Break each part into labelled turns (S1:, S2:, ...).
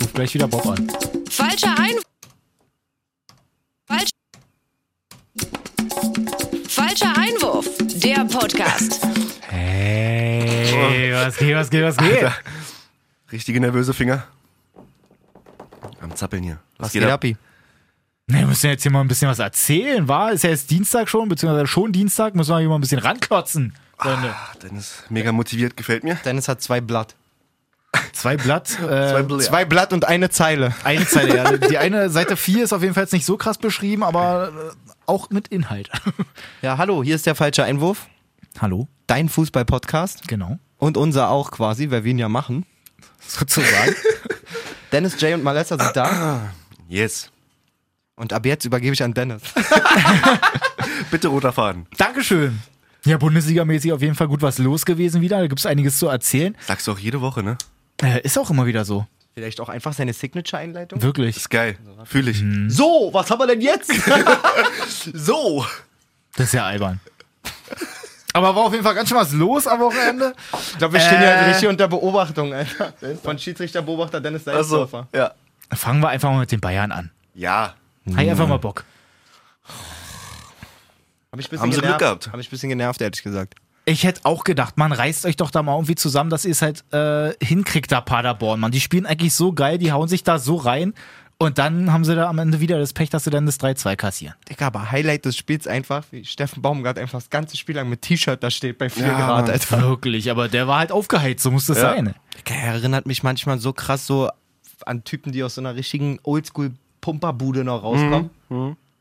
S1: ruft gleich wieder Bob an.
S2: Falscher Ein. Falsch. Falscher Einwurf. Der Podcast.
S1: Hey, was geht, was geht, was geht?
S3: Alter. Richtige nervöse Finger. Am Zappeln hier. Was,
S4: Was geht ab? Pi?
S1: Ne, wir müssen jetzt hier mal ein bisschen was erzählen, war? Ist ja jetzt Dienstag schon, beziehungsweise schon Dienstag, müssen wir hier mal ein bisschen ranklotzen, Freunde.
S3: Ah, Dennis, mega motiviert, gefällt mir.
S4: Dennis hat zwei Blatt.
S1: Zwei Blatt, äh,
S3: Zwei
S4: Zwei Blatt und eine Zeile.
S1: eine Zeile. Ja. Die eine Seite 4 ist auf jeden Fall jetzt nicht so krass beschrieben, aber äh, auch mit Inhalt.
S4: Ja, hallo, hier ist der falsche Einwurf.
S1: Hallo,
S4: Dein Fußball-Podcast.
S1: genau.
S4: Und unser auch quasi, weil wir ihn ja machen.
S1: Sozusagen.
S4: Dennis, Jay und Malessa sind da.
S3: Yes.
S4: Und ab jetzt übergebe ich an Dennis.
S3: Bitte roter Faden.
S1: Dankeschön. Ja, Bundesligamäßig auf jeden Fall gut was los gewesen wieder. Da gibt es einiges zu erzählen.
S3: Sagst du auch jede Woche, ne?
S1: Äh, ist auch immer wieder so.
S4: Vielleicht auch einfach seine Signature-Einleitung.
S1: Wirklich.
S3: Ist geil. Fühle ich.
S4: So, was haben wir denn jetzt?
S3: So.
S1: Das ist ja albern. Aber war auf jeden Fall ganz schön was los am Wochenende.
S4: Ich glaube, wir stehen
S1: Äh.
S4: ja richtig unter Beobachtung, Alter. Von Schiedsrichterbeobachter Dennis
S3: Also,
S4: Salzdorfer.
S3: ja.
S1: Fangen wir einfach mal mit den Bayern an.
S3: Ja.
S1: Hab ich einfach mal Bock.
S4: Hab ich ein bisschen
S3: Haben sie Glück
S4: genervt.
S3: gehabt.
S4: Hab ich ein bisschen genervt, ehrlich gesagt.
S1: Ich hätte auch gedacht, man reißt euch doch da mal irgendwie zusammen, dass ihr es halt äh, hinkriegt, da Paderborn, Mann. Die spielen eigentlich so geil, die hauen sich da so rein. Und dann haben sie da am Ende wieder das Pech, dass sie dann das 3-2 kassieren.
S4: Digga, aber Highlight des Spiels einfach, wie Steffen Baumgart einfach das ganze Spiel lang mit T-Shirt da steht bei 4
S3: Ja,
S4: Grad,
S3: Mann.
S4: Alter.
S1: Wirklich, aber der war halt aufgeheizt, so muss das
S3: Ja.
S1: sein.
S4: Digga, er erinnert mich manchmal so krass so an Typen, die aus so einer richtigen Oldschool-Pumperbude noch rauskommen.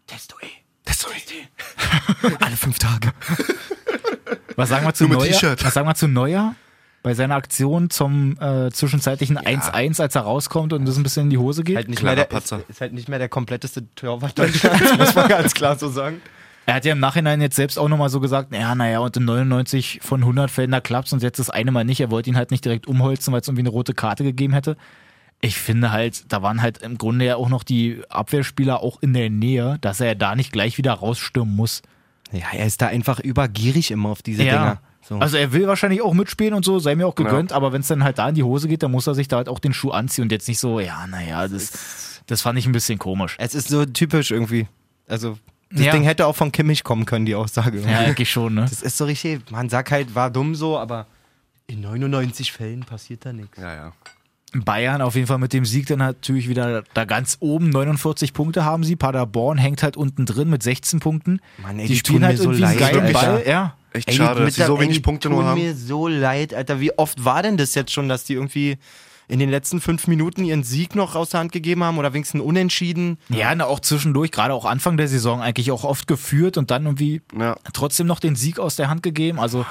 S4: Testo, ey.
S3: Das ist
S4: Alle fünf Tage.
S1: Was sagen wir zu
S3: Nur mit
S1: Neuer?
S3: T-Shirt.
S1: Was sagen wir zu Neuer? Bei seiner Aktion zum äh, zwischenzeitlichen 1-1, als er rauskommt und das ein bisschen in die Hose geht.
S4: Halt nicht
S3: Klarer
S4: mehr der, ist,
S3: Patzer.
S4: ist halt nicht mehr der kompletteste Torwart Deutschlands, muss man ganz klar so sagen.
S1: Er hat ja im Nachhinein jetzt selbst auch nochmal so gesagt, ja, naja, und in 99 von 100 Fällen da klappt's und jetzt das eine Mal nicht. Er wollte ihn halt nicht direkt umholzen, weil es irgendwie eine rote Karte gegeben hätte. Ich finde halt, da waren halt im Grunde ja auch noch die Abwehrspieler auch in der Nähe, dass er ja da nicht gleich wieder rausstürmen muss.
S4: Ja, er ist da einfach übergierig immer auf diese Dinger. So.
S1: Also er will wahrscheinlich auch mitspielen und so, sei mir auch gegönnt, aber wenn es dann halt da in die Hose geht, dann muss er sich da halt auch den Schuh anziehen und jetzt nicht so, ja, naja, das, das fand ich ein bisschen komisch.
S4: es ist so typisch irgendwie. Also, das
S1: Ja.
S4: Ding hätte auch von Kimmich kommen können, die Aussage.
S1: Ja, eigentlich schon, ne?
S4: Das ist so richtig, man sagt halt, war dumm so, aber in 99 Fällen passiert da nichts.
S3: Ja, ja.
S1: Bayern auf jeden Fall mit dem Sieg dann natürlich wieder da ganz oben. 49 Punkte haben sie. Paderborn hängt halt unten drin mit 16 Punkten.
S4: Mann, ey,
S1: die
S4: die
S1: spielen
S4: tun
S1: halt
S4: mir so
S1: irgendwie
S4: leid,
S1: einen geilen
S4: Alter.
S1: Ball. Ja.
S3: Echt
S4: Ey, die
S3: schade, dass sie so
S4: mittler- ey,
S3: wenig
S4: die
S3: Punkte nur
S4: tun
S3: haben.
S4: mir so leid, Alter. Wie oft war denn das jetzt schon, dass die irgendwie in den letzten fünf Minuten ihren Sieg noch aus der Hand gegeben haben oder wenigstens unentschieden?
S1: ja, na, auch zwischendurch, gerade auch Anfang der Saison eigentlich auch oft geführt und dann irgendwie
S3: Ja.
S1: trotzdem noch den Sieg aus der Hand gegeben. Also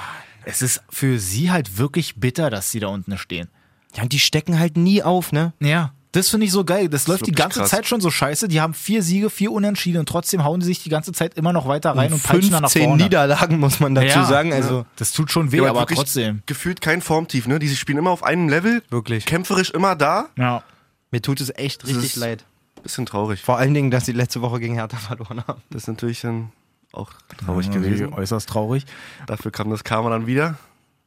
S1: es ist für sie halt wirklich bitter, dass sie da unten stehen.
S4: Ja, und die stecken halt nie auf, ne?
S1: Ja. Das finde ich so geil. Das, läuft die
S3: wirklich
S1: ganze
S3: krass.
S1: Zeit schon so scheiße. Die haben vier Siege, vier Unentschieden und trotzdem hauen die sich die ganze Zeit immer noch weiter rein und, peitschen dann nach
S4: 15
S1: vorne.
S4: Niederlagen, muss man dazu
S1: Ja.
S4: sagen. Also,
S1: Das tut schon weh,
S3: Ja,
S1: aber
S3: wirklich
S1: trotzdem.
S3: Gefühlt kein Formtief, ne? Die spielen immer auf einem Level.
S4: Wirklich.
S3: Kämpferisch immer da.
S1: Ja.
S4: mir tut es echt
S3: Das
S4: richtig
S3: ist-
S4: leid.
S3: Bisschen traurig.
S4: Vor allen Dingen, dass sie letzte Woche gegen Hertha verloren haben.
S3: Das ist natürlich dann auch traurig
S1: Ja,
S3: gewesen.
S1: Äußerst traurig.
S3: Dafür kam das Karma dann wieder.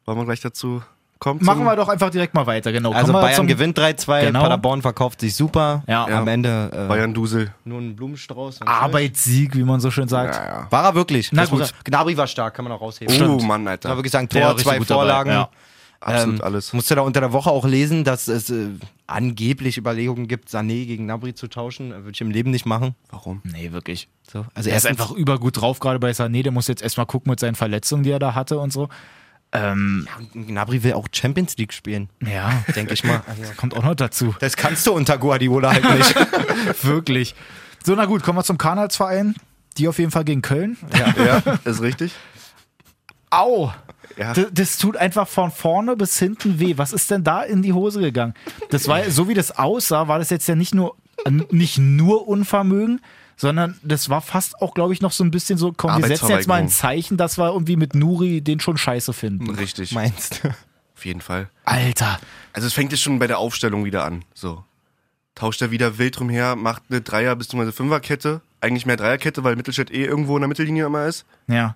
S3: Wollen wir gleich dazu kommen?
S1: Machen
S3: zum-
S1: wir doch einfach direkt mal weiter, genau.
S4: Also
S1: Kommen wir
S4: Bayern
S1: zum-
S4: gewinnt 3-2,
S1: Genau.
S4: Paderborn verkauft sich super.
S1: Ja.
S4: Am Ende
S3: Bayern Dusel.
S4: äh, nur ein Blumenstrauß. und
S1: Arbeitssieg, wie man so schön sagt.
S3: Ja, ja.
S4: Schluss. War er wirklich?
S1: Na
S4: Das
S1: gut.
S4: muss- Gnabry war stark, kann man auch rausheben.
S3: Oh
S1: Stimmt.
S3: Mann,
S4: Kann man
S3: Alter.
S4: wirklich sagen,
S1: Der war
S4: Tor,
S1: richtig
S4: zwei
S1: gut dabei,
S4: Vorlagen.
S1: ja.
S3: Absolut
S4: Ähm,
S3: alles.
S4: Musste da unter der Woche auch lesen, dass es äh, angeblich Überlegungen gibt, Sané gegen Nabri zu tauschen. Würde ich im Leben nicht machen.
S3: Warum?
S1: Nee, wirklich.
S4: So. Also
S1: Er ist
S4: erstens-
S1: einfach übergut drauf, gerade bei Sané. Der muss jetzt erstmal gucken mit seinen Verletzungen, die er da hatte und so. Ähm,
S4: Gnabry will auch Champions League spielen,
S1: ja,
S4: denke ich mal. Also,
S1: das kommt auch noch dazu.
S4: Das kannst du unter Guardiola halt nicht.
S1: wirklich. So, na gut, kommen wir zum Karnalsverein. Die auf jeden Fall gegen Köln.
S3: Ja, ist richtig.
S1: Au!
S3: Ja.
S1: D- Das tut einfach von vorne bis hinten weh. Was ist denn da in die Hose gegangen? Das war, so wie das aussah, war das jetzt ja nicht nur, n- nicht nur Unvermögen, sondern das war fast auch, glaube ich, noch so ein bisschen so, komm, wir setzen jetzt mal ein
S3: Arbeitsverweigerung. Hm.
S1: Zeichen, dass wir irgendwie mit Nuri den schon scheiße finden.
S3: Richtig.
S4: Meinst du?
S3: Auf jeden Fall.
S1: Alter.
S3: Also es fängt jetzt schon bei der Aufstellung wieder an. So. Tauscht er wieder wild rumher, macht eine Dreier- bzw. Fünferkette. Eigentlich mehr Dreierkette, weil Mittelstädt eh irgendwo in der Mittellinie immer ist.
S1: Ja.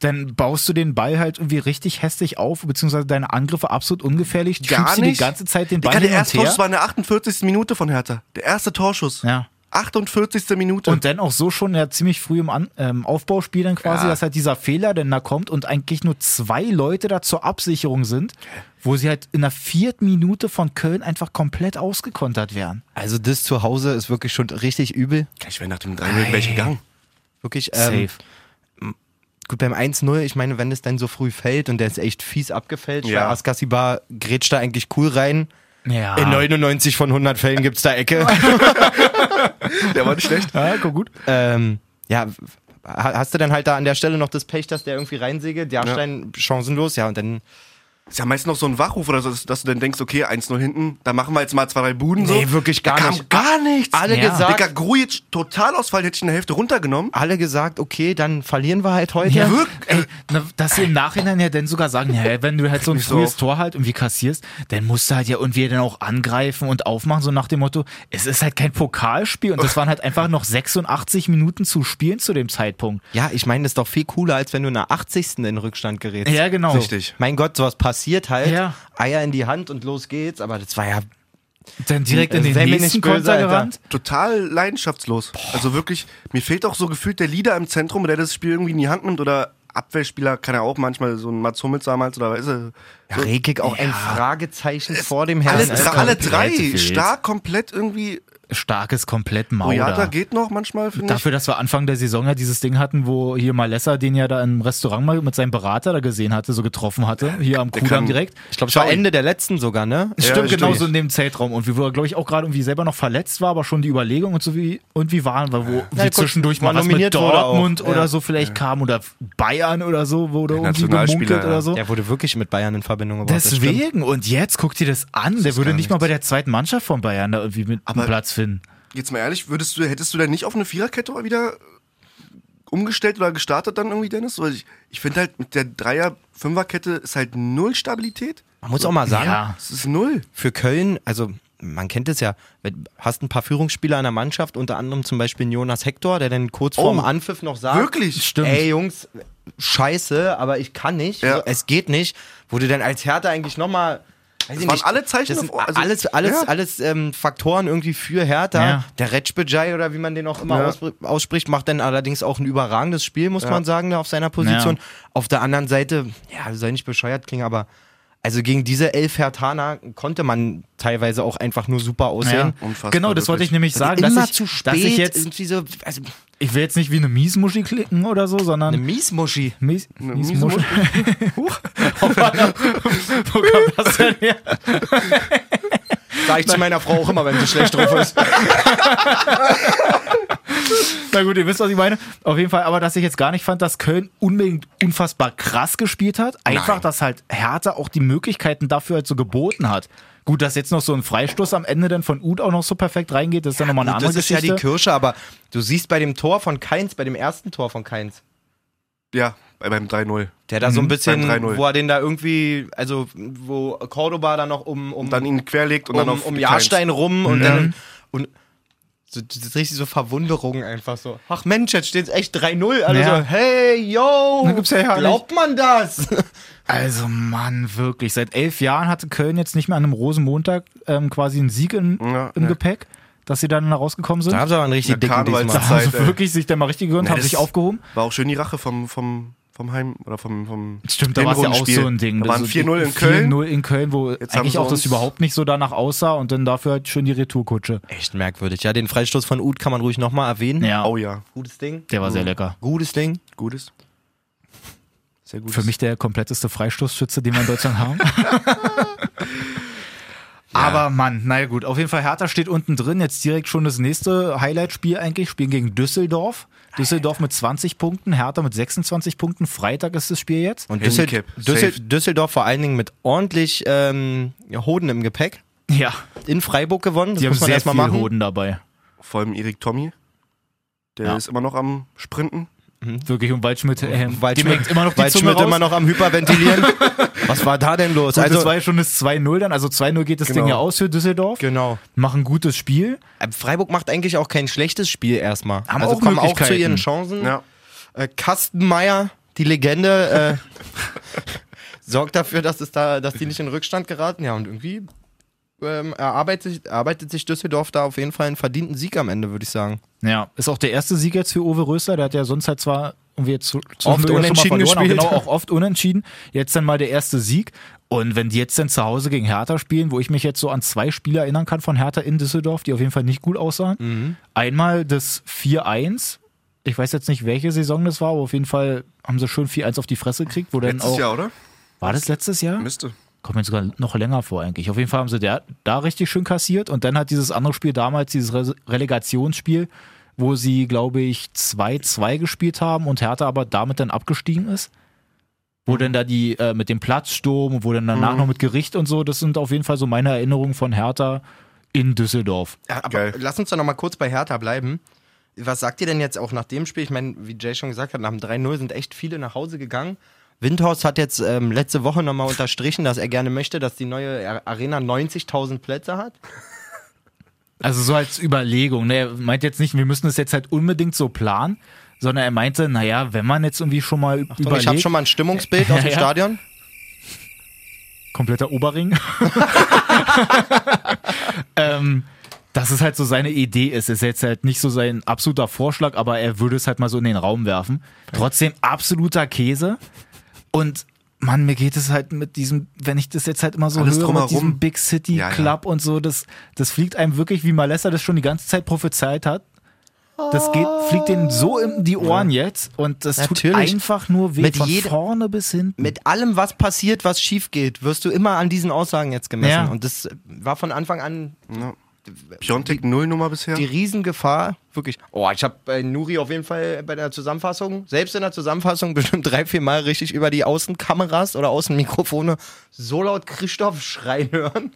S1: dann baust du den Ball halt irgendwie richtig hässlich auf, beziehungsweise deine Angriffe absolut ungefährlich,
S3: Gar
S1: schiebst du die
S3: nicht.
S1: ganze Zeit den Ball
S3: Digga, der
S1: hin und
S3: erste
S1: her.
S3: Torschuss war in der 48. Minute von Hertha. Der erste Torschuss.
S1: Ja.
S3: 48. Minute.
S1: Und dann auch so schon ja ziemlich früh im An ähm, Aufbauspiel dann quasi,
S3: Ja.
S1: dass halt dieser Fehler dann da kommt und eigentlich nur zwei Leute da zur Absicherung sind, wo sie halt in der vierten Minute von Köln einfach komplett ausgekontert werden.
S4: Also das zu Hause ist wirklich schon richtig übel.
S3: ich wäre nach dem 3-0 gleich gegangen.
S4: Wirklich. Ähm, gut, beim 1-0, ich meine, wenn das dann so früh fällt und der ist echt fies abgefälscht,
S3: Ja.
S4: ja. Askasibar grätscht da eigentlich cool rein.
S1: Ja.
S4: In 99 von 100 Fällen gibt's da Ecke.
S3: Der war nicht schlecht.
S1: ja, guck gut.
S4: ähm, ja, w- ha- hast du dann halt da an der Stelle noch das Pech, dass der irgendwie reinsegelt? Jarstein chancenlos, ja, und dann
S3: Ist ja meistens noch so ein Wachruf oder so, dass, dass du dann denkst, okay, 1-0 hinten, da machen wir jetzt mal zwei, drei Buden so.
S4: Nee, wirklich gar
S3: da kam
S4: nicht.
S3: gar nichts.
S4: alle
S1: Ja.
S4: gesagt,
S3: Digga, Grujic, Totalausfall hätte ich in der Hälfte runtergenommen.
S4: alle gesagt, okay, dann verlieren wir halt heute.
S1: Ja,
S3: wirklich?
S1: Ey, na, dass sie im Nachhinein ja dann sogar sagen, ja, wenn du halt so ein
S3: mich so
S1: frühes
S3: auf.
S1: Tor halt irgendwie kassierst, dann musst du halt ja irgendwie dann auch angreifen und aufmachen, so nach dem Motto, es ist halt kein Pokalspiel und das waren halt einfach noch 86 Minuten zu spielen zu dem Zeitpunkt.
S4: Ja, ich meine, das ist doch viel cooler, als wenn du in der 80. in Rückstand gerätst.
S1: Ja, genau.
S3: Richtig.
S4: Mein Gott, sowas passiert halt.
S1: Ja.
S4: Eier in die Hand und los geht's. Aber das war ja.
S1: Dann direkt in
S4: Also
S1: den
S4: sei mir
S1: nächsten
S4: nicht böse,
S1: Konter
S4: Alter.
S1: gerannt.
S3: Total leidenschaftslos. Also wirklich, mir fehlt auch so gefühlt der Leader im Zentrum, der das Spiel irgendwie in die Hand nimmt oder Abwehrspieler kann er auch manchmal, so ein Mats Hummels damals oder weiß er.
S4: ja Rekik auch ein Fragezeichen vor dem
S3: Alle,
S4: Herrn.
S3: drei-
S4: ne? Alter.
S3: alle
S1: komplett
S3: drei
S1: wild.
S3: stark, komplett irgendwie.
S1: Starkes komplett
S4: Oh
S3: Boyata
S1: Mauder.
S3: geht noch manchmal, finde ich.
S1: Dafür, dass wir Anfang der Saison ja dieses Ding hatten, wo hier Malessa den ja da im Restaurant mal mit seinem Berater da gesehen hatte, so getroffen hatte, hier am Kudamm
S3: kann-
S1: direkt.
S4: Ich glaube, es war
S3: Schau.
S4: Ende der letzten sogar, ne?
S1: Stimmt,
S3: stimmt.
S1: genau so in dem Zeitraum. Und wie wo er, glaube ich, auch gerade irgendwie selber noch verletzt war, aber schon die Überlegung und so wie, und wie waren wir, wo wie
S4: kurz,
S1: zwischendurch mal
S4: man
S1: was mit
S4: nominiert wurde auch.
S1: Dortmund oder
S4: Ja.
S1: so vielleicht kam oder Bayern oder so, wurde irgendwie
S3: Nationalspieler,
S1: gemunkelt
S3: ja.
S1: oder so.
S4: Der wurde wirklich mit Bayern in Verbindung gebracht. das stimmt.
S1: Deswegen, und jetzt guck dir das an, der würde
S3: gar
S1: nicht mal bei der zweiten Mannschaft von Bayern da irgendwie mit
S3: Aber-
S1: einen Platz finden.
S3: Jetzt mal ehrlich, würdest du, hättest du denn nicht auf eine Viererkette mal wieder äh, umgestellt oder gestartet dann irgendwie, Dennis? Weil ich, ich finde halt, mit der Dreier-Fünfer-Kette ist halt null Stabilität.
S4: Man muss auch mal sagen,
S1: Ja.
S3: Es ist null.
S4: für Köln, also man kennt es ja, wenn- hast ein paar Führungsspieler in der Mannschaft, unter anderem zum Beispiel Jonas Hector, der dann kurz vorm
S3: Oh.
S4: Anpfiff noch sagt,
S3: Wirklich?
S1: Ah, Stimmt.
S4: ey Jungs, scheiße, aber ich kann nicht,
S3: Ja.
S4: so, es geht nicht, wo du dann als Hertha eigentlich nochmal... Das
S3: waren alle Zeichen
S4: das sind
S3: auf- also-
S4: alles, alles,
S3: Ja.
S4: alles ähm, Faktoren irgendwie für Hertha.
S1: Ja.
S4: Der Retschbejai oder wie man den auch immer
S3: Ja.
S4: auspr- ausspricht, macht dann allerdings auch ein überragendes Spiel, muss man sagen, da auf seiner Position.
S1: Ja.
S4: Auf der anderen Seite, ja, soll nicht bescheuert klingen, aber also gegen diese elf Hertaner konnte man teilweise auch einfach nur super aussehen.
S3: Unfassbar,
S1: genau, das wollte ich nämlich sagen, dass
S4: Also Immer
S1: ich,
S4: zu spät,
S1: dass ich jetzt,
S4: irgendwie so, also
S1: ich will jetzt nicht wie eine Miesmuschi klicken oder so, sondern
S4: eine Miesmuschi.
S1: Mies,
S3: miese
S1: Miesmuschi. Huch. Wo kommt das denn her?
S4: Sag ich zu meiner Frau auch immer, wenn sie schlecht drauf ist.
S1: Na gut, ihr wisst, was ich meine. Auf jeden Fall, aber dass ich jetzt gar nicht fand, dass Köln unbedingt unfassbar krass gespielt hat. Einfach,
S3: Nein.
S1: dass halt Hertha auch die Möglichkeiten dafür halt so geboten hat. Gut, dass jetzt noch so ein Freistoß am Ende dann von Uth auch noch so perfekt reingeht, das ist dann nochmal eine
S4: Gut,
S1: andere
S4: das ist ja
S1: Geschichte.
S4: die Kirsche, aber du siehst bei dem Tor von Keins, bei dem ersten Tor von Keins,
S3: Ja, bei- beim 3-0.
S4: der da so
S1: Mhm,
S4: ein bisschen,
S3: Beim 3-0.
S4: wo er den da irgendwie, also wo Cordoba da noch um, um,
S3: Dann ihn querlegt und
S4: um,
S3: dann auf
S4: um
S3: die
S4: Jahrstein rum
S1: Mhm.
S4: und dann und so, das ist richtig so Verwunderung einfach so. Ach Mensch, jetzt steht es echt 3-0. Alle
S1: Ja.
S4: so, hey, yo,
S1: Dann gibt's ja ja
S4: glaubt man das?
S1: Also Mann, wirklich. Seit elf Jahren hatte Köln jetzt nicht mehr an einem Rosenmontag ähm, quasi einen Sieg in,
S3: Ja, ne.
S1: im
S3: ja.
S1: Gepäck, dass sie dann rausgekommen sind.
S4: Da haben sie aber einen richtig
S3: Na,
S4: dicken
S3: Karneval-
S4: diesmal.
S1: Da haben sie
S3: Zeit, ey. Ne,
S1: wirklich sich dann mal richtig gegönnt,
S3: Ja,
S1: haben
S3: das
S1: sich aufgehoben.
S3: Keins. War auch schön die Rache vom, vom, vom Heim oder vom, vom
S1: Stimmt, da war es ja auch
S3: Hinrundenspiel.
S1: so ein Ding. Also
S3: Da waren
S1: Das-
S3: 4-0 in Köln.
S1: 4-0 in Köln, wo
S3: haben
S1: eigentlich
S3: sie
S1: auch das
S3: uns-
S1: überhaupt nicht so danach aussah und dann dafür halt schön die Retourkutsche.
S4: Echt merkwürdig. Ja, den Freistoß von Uth kann man ruhig nochmal erwähnen.
S1: Ja,
S3: Oh ja,
S4: Gutes Ding.
S1: der war sehr lecker.
S4: Gutes Ding.
S3: gutes. Sehr gutes.
S1: Für mich der kompletteste Freistoßschütze, den wir in Deutschland haben. Aber Mann, naja gut, auf jeden Fall Hertha steht unten drin, jetzt direkt schon das nächste Highlight-Spiel eigentlich, spielen gegen Düsseldorf. Düsseldorf mit 20 Punkten, Hertha mit 26 Punkten, Freitag ist das Spiel jetzt.
S4: Und Düssel
S3: Handicap.
S4: Düssel
S3: Safe.
S4: Düsseldorf vor allen Dingen mit ordentlich ähm, Hoden im Gepäck.
S1: Ja,
S4: In Freiburg gewonnen. Das
S1: die haben
S4: muss man
S1: sehr
S4: erstmal
S1: viel
S4: machen.
S1: Hoden dabei.
S3: Vor allem Erik Tommy. Der
S1: Ja.
S3: ist immer noch am Sprinten.
S1: Wirklich, und Waldschmidt, äh, dem
S4: Waldschmidt
S1: hängt immer noch die Zunge
S4: Waldschmidt
S1: raus.
S4: immer noch am Hyperventilieren. Was war da denn los?
S1: Gut,
S4: also,
S1: das war ja schon das 2-0 dann. Also 2-0 geht das
S3: Genau.
S1: Ding ja aus für Düsseldorf.
S4: genau.
S1: Machen gutes Spiel.
S4: Äh, Freiburg macht eigentlich auch kein schlechtes Spiel erstmal.
S1: Haben
S4: also
S1: auch
S4: kommen auch zu
S1: Möglichkeiten.
S4: ihren Chancen.
S3: Ja.
S4: Äh, Kastenmeier, die Legende äh, sorgt dafür, dass, es da, dass die nicht in Rückstand geraten. Ja, und irgendwie ähm, erarbeitet, sich- erarbeitet sich Düsseldorf da auf jeden Fall einen verdienten Sieg am Ende, würde ich sagen.
S1: Ja, ist auch der erste Sieg jetzt für Uwe Rösler. Der hat ja sonst halt zwar irgendwie jetzt zu, zu
S4: Oft
S1: schon mal
S4: unentschieden
S1: verloren,
S4: gespielt.
S1: Aber genau, auch oft unentschieden. Jetzt dann mal der erste Sieg. Und wenn die jetzt dann zu Hause gegen Hertha spielen, wo ich mich jetzt so an zwei Spiele erinnern kann von Hertha in Düsseldorf, die auf jeden Fall nicht gut aussahen.
S4: Mhm.
S1: Einmal das 4-1. Ich weiß jetzt nicht, welche Saison das war, aber auf jeden Fall haben sie schön 4-1 auf die Fresse gekriegt. Wo dann
S3: Letztes
S1: auch,
S3: Jahr, oder?
S1: War das letztes Jahr?
S3: Müsste.
S1: Kommt mir sogar noch länger vor eigentlich. Auf jeden Fall haben sie da, da richtig schön kassiert und dann hat dieses andere Spiel damals, dieses Re Relegationsspiel, wo sie, glaube ich, 2-2 gespielt haben und Hertha aber damit dann abgestiegen ist. Wo dann da die äh, mit dem Platzsturm und wo dann danach noch mit Gericht und so, das sind auf jeden Fall so meine Erinnerungen von Hertha in Düsseldorf.
S4: Ja, Äh, aber
S3: Geil.
S4: lass uns da nochmal kurz bei Hertha bleiben. Was sagt ihr denn jetzt auch nach dem Spiel? Ich meine, wie Jay schon gesagt hat, nach dem 3-0 sind echt viele nach Hause gegangen. Windhorst hat jetzt ähm, letzte Woche nochmal unterstrichen, dass er gerne möchte, dass die neue A- Arena 90.000 Plätze hat.
S1: Also so als Überlegung. Ne? Er meint jetzt nicht, wir müssen es jetzt halt unbedingt so planen, sondern er meinte, naja, wenn man jetzt irgendwie schon mal
S4: Und ich habe
S1: überlegt,
S4: schon mal ein Stimmungsbild aus dem
S1: Ja, ja.
S4: Stadion.
S1: kompletter Oberring. ähm, dass es halt so seine Idee ist. Ist jetzt halt nicht so sein absoluter Vorschlag, aber er würde es halt mal so in den Raum werfen. Trotzdem absoluter Käse. Und Mann, mir geht es halt mit diesem, wenn ich das jetzt halt immer so
S3: Alles
S1: höre,
S3: drumherum.
S1: mit diesem Big City
S3: Ja, ja.
S1: Club und so, das, das fliegt einem wirklich, wie Malessa das schon die ganze Zeit prophezeit hat. Das geht, fliegt denen so in die Ohren jetzt und das tut
S4: Natürlich.
S1: einfach nur weh,
S4: Mit
S1: von
S4: jed-
S1: vorne bis hinten.
S4: Mit allem, was passiert, was schief geht, wirst du immer an diesen Aussagen jetzt
S1: Ja.
S4: gemessen. Und das war von Anfang an
S3: Ja. Piontek Null Nummer bisher.
S4: die Riesengefahr, wirklich. Oh, ich habe äh, Nuri auf jeden Fall bei der Zusammenfassung, selbst in der Zusammenfassung, bestimmt drei, vier Mal richtig über die Außenkameras oder Außenmikrofone so laut Christoph schreien hören.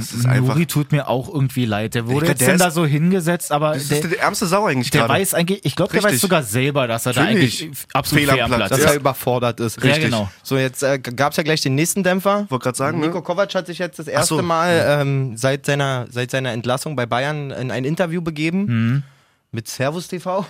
S3: ist einfach-
S1: Nuri tut mir auch irgendwie leid. Der wurde
S3: Ich glaub,
S1: jetzt
S3: der
S1: denn
S3: ist-
S1: da so hingesetzt, aber
S3: das
S1: der,
S3: ist der ärmste Sau eigentlich
S1: der
S3: gerade.
S1: weiß eigentlich, ich glaube, der
S3: Richtig.
S1: weiß sogar selber, dass er da
S3: Natürlich.
S1: eigentlich absolut
S3: Fehl am
S1: fehl am
S3: Platz.
S1: Platz
S4: Dass
S1: ist.
S3: Ja.
S4: er überfordert ist.
S1: Ja, genau.
S4: So, jetzt äh, gab es ja gleich den nächsten Dämpfer.
S3: Wollte gerade sagen,
S4: Nico
S3: ne?
S4: Kovac hat sich jetzt das erste
S3: so.
S4: Mal ähm, seit, seiner, seit seiner Entlassung bei Bayern in ein Interview begeben
S3: Mhm.
S4: mit Servus TV.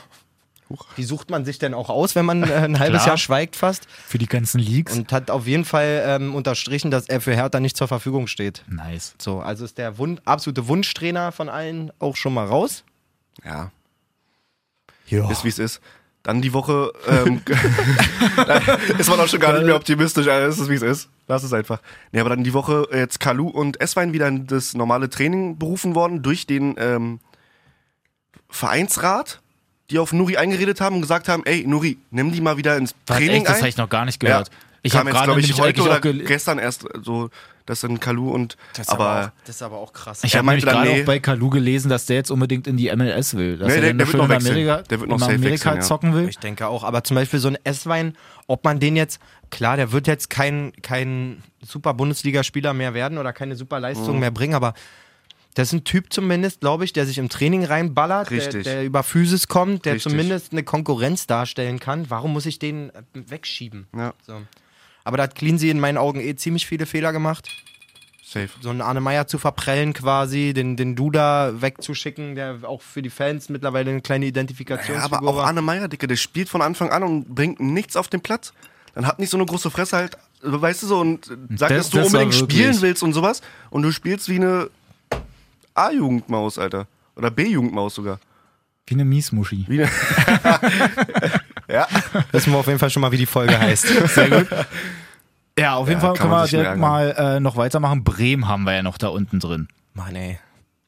S4: Die sucht man sich denn auch aus, wenn man äh, ein halbes
S1: Klar.
S4: Jahr schweigt fast.
S1: Für die ganzen Leaks.
S4: Und hat auf jeden Fall ähm, unterstrichen, dass er für Hertha nicht zur Verfügung steht.
S1: nice.
S4: So, also ist der Wun absolute Wunschtrainer von allen auch schon mal raus.
S3: Ja,
S4: Ja.
S3: ist wie es ist. Dann die Woche ähm, ist man auch schon gar nicht mehr optimistisch. Alter. Es ist wie es ist. Lass es einfach. Nee, aber dann die Woche äh, jetzt Kalu und Esswein wieder in das normale Training berufen worden durch den ähm, Vereinsrat, die auf Nuri eingeredet haben und gesagt haben, ey Nuri, nimm die mal wieder ins
S1: Was,
S3: Training
S1: echt, das
S3: ein.
S1: habe ich noch gar nicht gehört. Ich
S3: Kam
S1: habe
S3: jetzt,
S1: gerade
S3: glaub
S1: nämlich
S3: ich, heute
S1: eigentlich
S3: oder
S1: auch gel-
S3: gestern erst äh, so, dass dann Kalu und aber,
S4: das ist aber auch krass.
S1: ich
S3: er
S1: habe nämlich
S3: meinte dann,
S1: gerade
S3: nee.
S1: auch bei Kalu gelesen, dass der jetzt unbedingt in die MLS will. Dass
S3: Nee,
S1: er
S3: der-
S1: dann
S3: der wird
S1: schön
S3: noch
S1: in
S3: wechseln.
S1: Amerika,
S3: Der wird noch
S1: in
S3: safe
S1: Amerika
S3: wechseln, ja.
S1: zocken will.
S4: Ich denke auch, aber zum Beispiel so ein S-Wein, ob man den jetzt, klar, der wird jetzt kein, kein super Bundesligaspieler mehr werden oder keine super Leistung mehr bringen, aber das ist ein Typ zumindest, glaube ich, der sich im Training reinballert, der,
S3: Richtig.
S4: der über Physis kommt, der
S3: Richtig.
S4: zumindest eine Konkurrenz darstellen kann. Warum muss ich den äh, wegschieben?
S3: Ja.
S4: So. Aber da hat Cleansey in meinen Augen eh ziemlich viele Fehler gemacht.
S3: safe.
S4: So einen Arne Meyer zu verprellen quasi, den, den Duda wegzuschicken, der auch für die Fans mittlerweile eine kleine Identifikationsfigur
S3: Ja, aber auch
S4: war.
S3: Arne Meyer, Dicke, der spielt von Anfang an und bringt nichts auf den Platz. Dann hat nicht so eine große Fresse halt, weißt du so, und sagt,
S1: Das-
S3: dass
S1: das
S3: du
S1: war
S3: unbedingt
S1: wirklich-
S3: spielen willst und sowas. Und du spielst wie eine A-Jugendmaus, Alter. Oder B-Jugendmaus sogar.
S1: Wie eine Miesmuschi.
S3: Wie eine ja,
S4: Wissen wir auf jeden Fall schon mal, wie die Folge heißt.
S1: Sehr gut. Ja, auf jeden
S3: Ja,
S1: Fall
S3: kann
S1: können
S3: man
S1: wir
S3: sich schnell
S1: direkt mal äh, noch weitermachen. Bremen haben wir ja noch da unten drin.
S4: Mann, ey.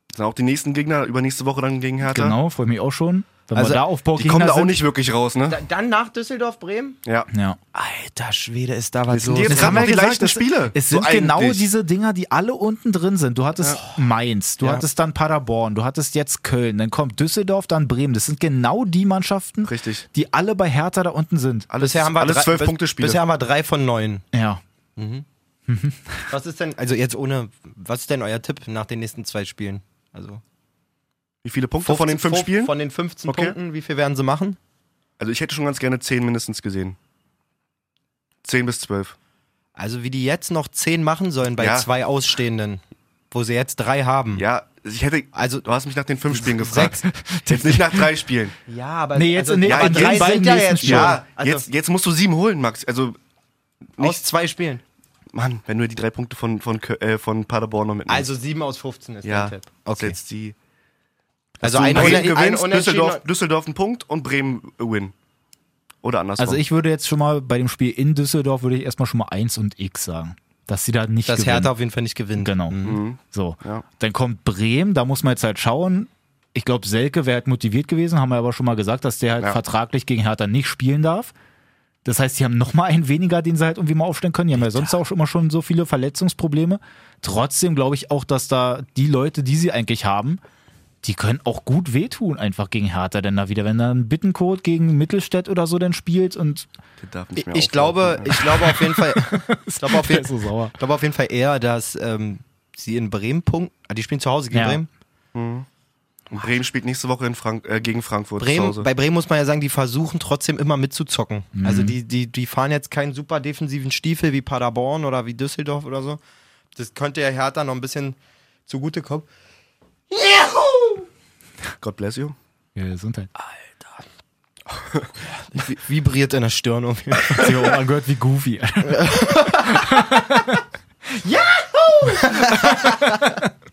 S3: das sind auch die nächsten Gegner, übernächste Woche dann gegen Hertha.
S1: Genau, freue mich auch schon. Wenn
S4: Also,
S1: wir da Aufbau
S3: Die kommen da auch nicht wirklich raus, ne?
S4: dann nach Düsseldorf, Bremen?
S3: Ja.
S1: Ja.
S4: Alter Schwede, ist da was
S3: sind die
S4: los.
S3: jetzt
S1: Das haben wir
S3: noch die
S1: gesagt,
S3: leichten
S1: es-
S3: Spiele.
S1: Es
S3: So
S1: sind genau
S3: eigentlich.
S1: diese Dinger, die alle unten drin sind. Du hattest Mainz, du
S4: Ja.
S1: hattest dann Paderborn, du hattest jetzt Köln, dann kommt Düsseldorf, dann Bremen. Das sind genau die Mannschaften,
S3: Richtig.
S1: die alle bei Hertha da unten sind.
S3: Alles,
S4: Bisher haben wir
S3: alles
S4: drei-
S3: zwölf
S4: bis-
S3: Punkte Spiele.
S4: Bisher haben wir drei von neun.
S1: Ja.
S4: Was ist denn, also jetzt ohne, was ist denn euer Tipp nach den nächsten zwei Spielen? Also
S3: Wie viele Punkte von den fünf
S4: fünf-
S3: Spielen?
S4: Von den 15
S3: Okay.
S4: Punkten, wie viel werden sie machen?
S3: Also ich hätte schon ganz gerne zehn mindestens gesehen. Zehn bis zwölf.
S4: Also wie die jetzt noch zehn machen sollen bei
S3: Ja.
S4: zwei Ausstehenden. wo sie jetzt drei haben.
S3: Ja, ich hätte.
S4: Also-
S3: Also, du hast mich nach den fünf Spielen gefragt. Jetzt nicht nach drei Spielen.
S4: Ja, aber
S1: Nee, jetzt- nee,
S4: aber
S3: an den
S4: drei
S1: beiden
S4: sind ja
S1: nächsten
S4: jetzt
S1: Spielen.
S4: ja,
S3: Ja,
S4: also
S3: jetzt, jetzt musst du sieben holen, Max. Also,
S4: aus zwei Spielen.
S3: Mann, wenn du die drei Punkte von, von, Kö- äh, von Paderborn noch mitnimmst.
S4: Also sieben aus 15 ist
S3: ja,
S4: dein Tipp.
S3: okay. jetzt die.
S4: Also
S3: Du
S4: ein,
S3: Bremen
S4: Unentschieden- ein
S3: gewinnst, Düsseldorf,
S4: Unentschieden.
S3: Düsseldorf einen Punkt und Bremen äh, win. Oder andersrum.
S1: Also ich würde jetzt schon mal bei dem Spiel in Düsseldorf würde ich erstmal schon mal 1 und X sagen. Dass sie da nicht
S4: Das
S1: gewinnen.
S4: Hertha auf jeden Fall nicht gewinnt.
S1: Genau. So.
S3: Ja.
S1: Dann kommt Bremen, da muss man jetzt halt schauen. Ich glaube, Selke wäre halt motiviert gewesen, haben wir aber schon mal gesagt, dass der halt
S3: Ja.
S1: vertraglich gegen Hertha nicht spielen darf. Das heißt, die haben nochmal einen weniger, den sie halt irgendwie mal aufstellen können. Die haben ja sonst auch immer schon so viele Verletzungsprobleme. Trotzdem glaube ich auch, dass da die Leute, die sie eigentlich haben, die können auch gut wehtun, einfach gegen Hertha, denn da wieder, wenn dann Bittencode gegen Mittelstädt oder so dann spielt und
S3: Das darf
S4: Ich,
S3: nicht mehr
S4: ich
S3: aufhören.
S4: glaube, ich glaube auf jeden Fall, ich glaube auf,
S1: der
S4: jeden-
S1: ist so sauer.
S4: ich glaube auf jeden Fall eher, dass ähm, sie in Bremen punkten. Ah, die spielen zu Hause gegen
S1: Ja.
S4: Bremen.
S3: Und Bremen spielt nächste Woche in Frank äh, gegen Frankfurt zu
S4: Bremen,
S3: Hause.
S4: bei Bremen muss man ja sagen, die versuchen trotzdem immer mitzuzocken.
S1: Mhm.
S4: Also die, die, die fahren jetzt keinen super defensiven Stiefel wie Paderborn oder wie Düsseldorf oder so. Das könnte ja Hertha noch ein bisschen zugutekommen.
S3: God bless you.
S1: Ja, Gesundheit.
S4: Vi- Vibriert in der Stirn irgendwie.
S1: Sie haben auch gehört wie Goofy.